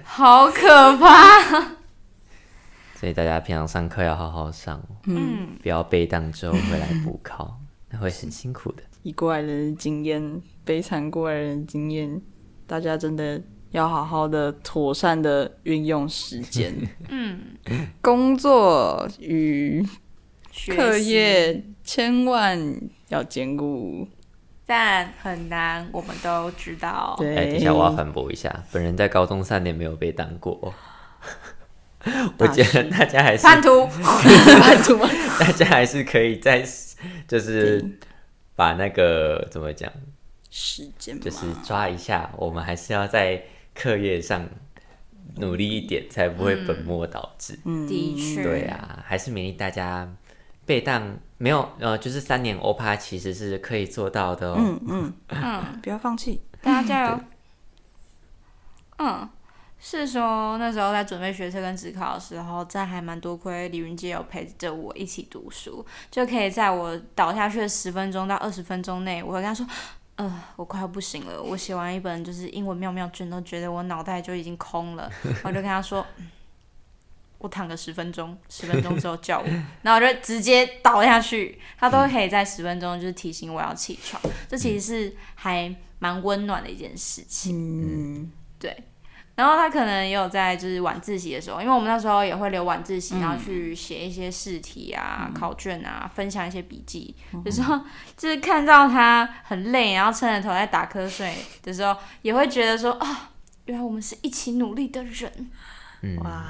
好可怕。所以大家平常上课要好好上哦，嗯，不要被当之后回来补考，那会很辛苦的。以过来人的经验，悲惨过来人的经验，大家真的要好好的、妥善的运用时间。嗯，工作与学课习业千万要兼顾。但很难，我们都知道。对，哎，等一下我要反驳一下，本人在高中三年没有被当过 <laughs> 哦。我觉得大家还是叛徒，叛徒吗？ <laughs> 大家还是可以在，就是把那个怎么讲，时间嘛就是抓一下，我们还是要在课业上努力一点，才不会本末倒置。的确，嗯对，啊，还是勉励大家被当没有呃，就是三年欧趴其实是可以做到的哦。嗯嗯嗯，不要放弃。大家加油。嗯，是说那时候在准备学测跟职考的时候，在还蛮多亏李云杰有陪着我一起读书，就可以在我倒下去的十分钟到二十分钟内，我会跟他说。呃，我快要不行了。我写完一本就是英文妙妙卷，都觉得我脑袋就已经空了。我就跟他说，嗯我躺个十分钟，十分钟之后叫我，然后我就直接倒下去。他都可以在十分钟就是提醒我要起床，这其实是还蛮温暖的一件事情。嗯，然后他可能也有在就是晚自习的时候，因为我们那时候也会留晚自嗯习，然后去写一些试题啊、考卷啊，分享一些笔记。有时候 <laughs> 就是看到他很累，然后撑着头在打瞌睡的时候，也会觉得说啊、原来我们是一起努力的人。哇，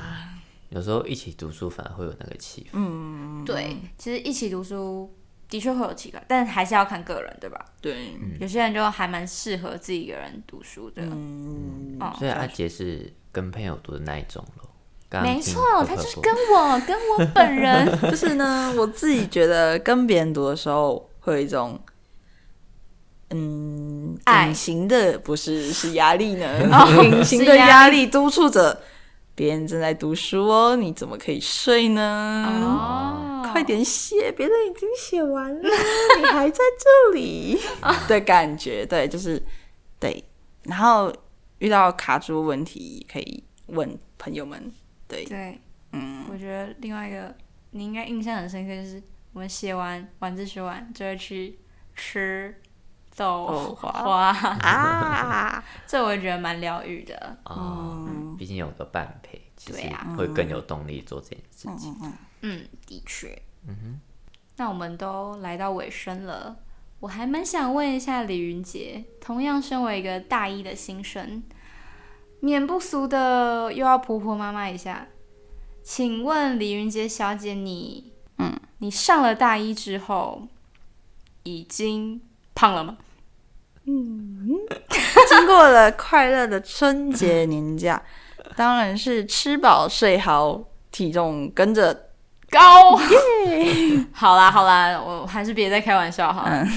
有时候一起读书反而会有那个气氛。嗯，对，其实一起读书的确会有奇怪，但还是要看个人，对吧？对，有些人就还蛮适合自己一个人读书的。嗯，哦所以阿杰是跟朋友读的那一种咯。刚刚没听错赫，他赫就是说跟我跟我本人 <laughs> 就是呢，我自己觉得跟别人读的时候会有一种，嗯，爱隐形的不是是压 <laughs> 力呢，隐形哦的压力督促着别人正在读书哦，你怎么可以睡呢？哦，快点写，别人已经写完 <laughs> 了，你还在这里的感觉，对，就是对。然后遇到卡住问题，可以问朋友们，对，对，嗯，我觉得另外一个你应该印象很深刻，就是我们写完晚自习完就会去吃豆豆花，花 <laughs> 啊，这我也觉得蛮疗愈的。啊，毕竟有个伴陪，其实嗯对啊会更有动力做这件事情。嗯，的确。嗯哼，那我们都来到尾声了，我还蛮想问一下李云杰，同样身为一个大一的新生，免不俗的又要婆婆妈妈一下，请问李云杰小姐你，嗯，你上了大一之后，已经胖了吗？ <laughs> 经过了快乐的春节年假， <laughs> 当然是吃饱睡好，体重跟着高。 <laughs> 好啦好啦，我还是别再开玩笑哈。嗯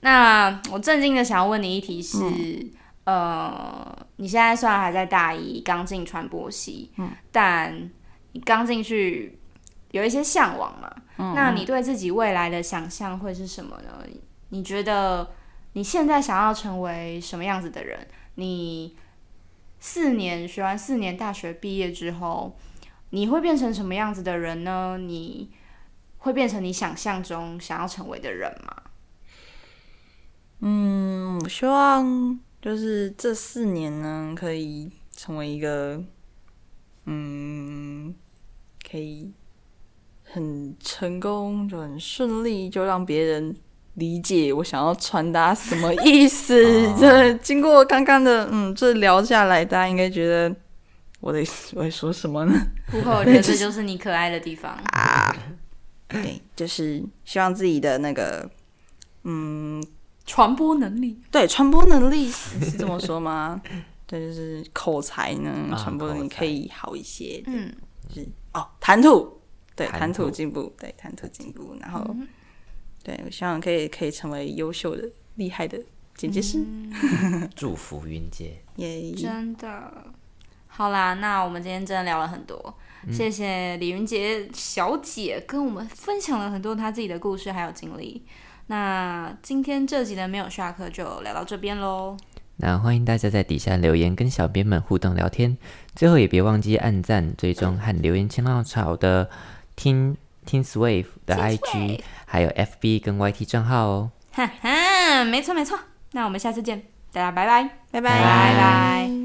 那我正经的想要问你一题是，呃，你现在虽然还在大一，刚进传播系，但你刚进去有一些向往嘛？那你对自己未来的想象会是什么呢？你觉得你现在想要成为什么样子的人？你四年学完四年大学毕业之后，你会变成什么样子的人呢？你会变成你想象中想要成为的人吗？嗯，我希望就是这四年呢，可以成为一个嗯，可以很成功，就很顺利，就让别人。理解我想要传达什么意思哦？这、经过刚刚的嗯，这聊下来，大家应该觉得我得我在说什么呢？不会，我觉得这就是你可爱的地方。对，就是希望自己的那个，嗯，传播能力对，传播能力是这么说吗？对，就是口才呢，啊传播能力口才可以好一些。嗯，就是哦，谈吐，对，谈谈吐吐进步，对，谈吐进步。然后，对我希望可以可以成为优秀的、厉害的剪接师。祝福云姐，耶、真的。好啦，那我们今天真的聊了很多，谢谢李云杰小姐跟我们分享了很多她自己的故事还有经历。那今天这集的没有下课就聊到这边喽，那欢迎大家在底下留言跟小编们互动聊天，最后也别忘记按赞、追踪和留言千浪潮的听听 Swave 的 IG，还有 FB 跟 YT 账号哦。哈哈，没错没错。那我们下次见，大家拜拜，拜拜拜。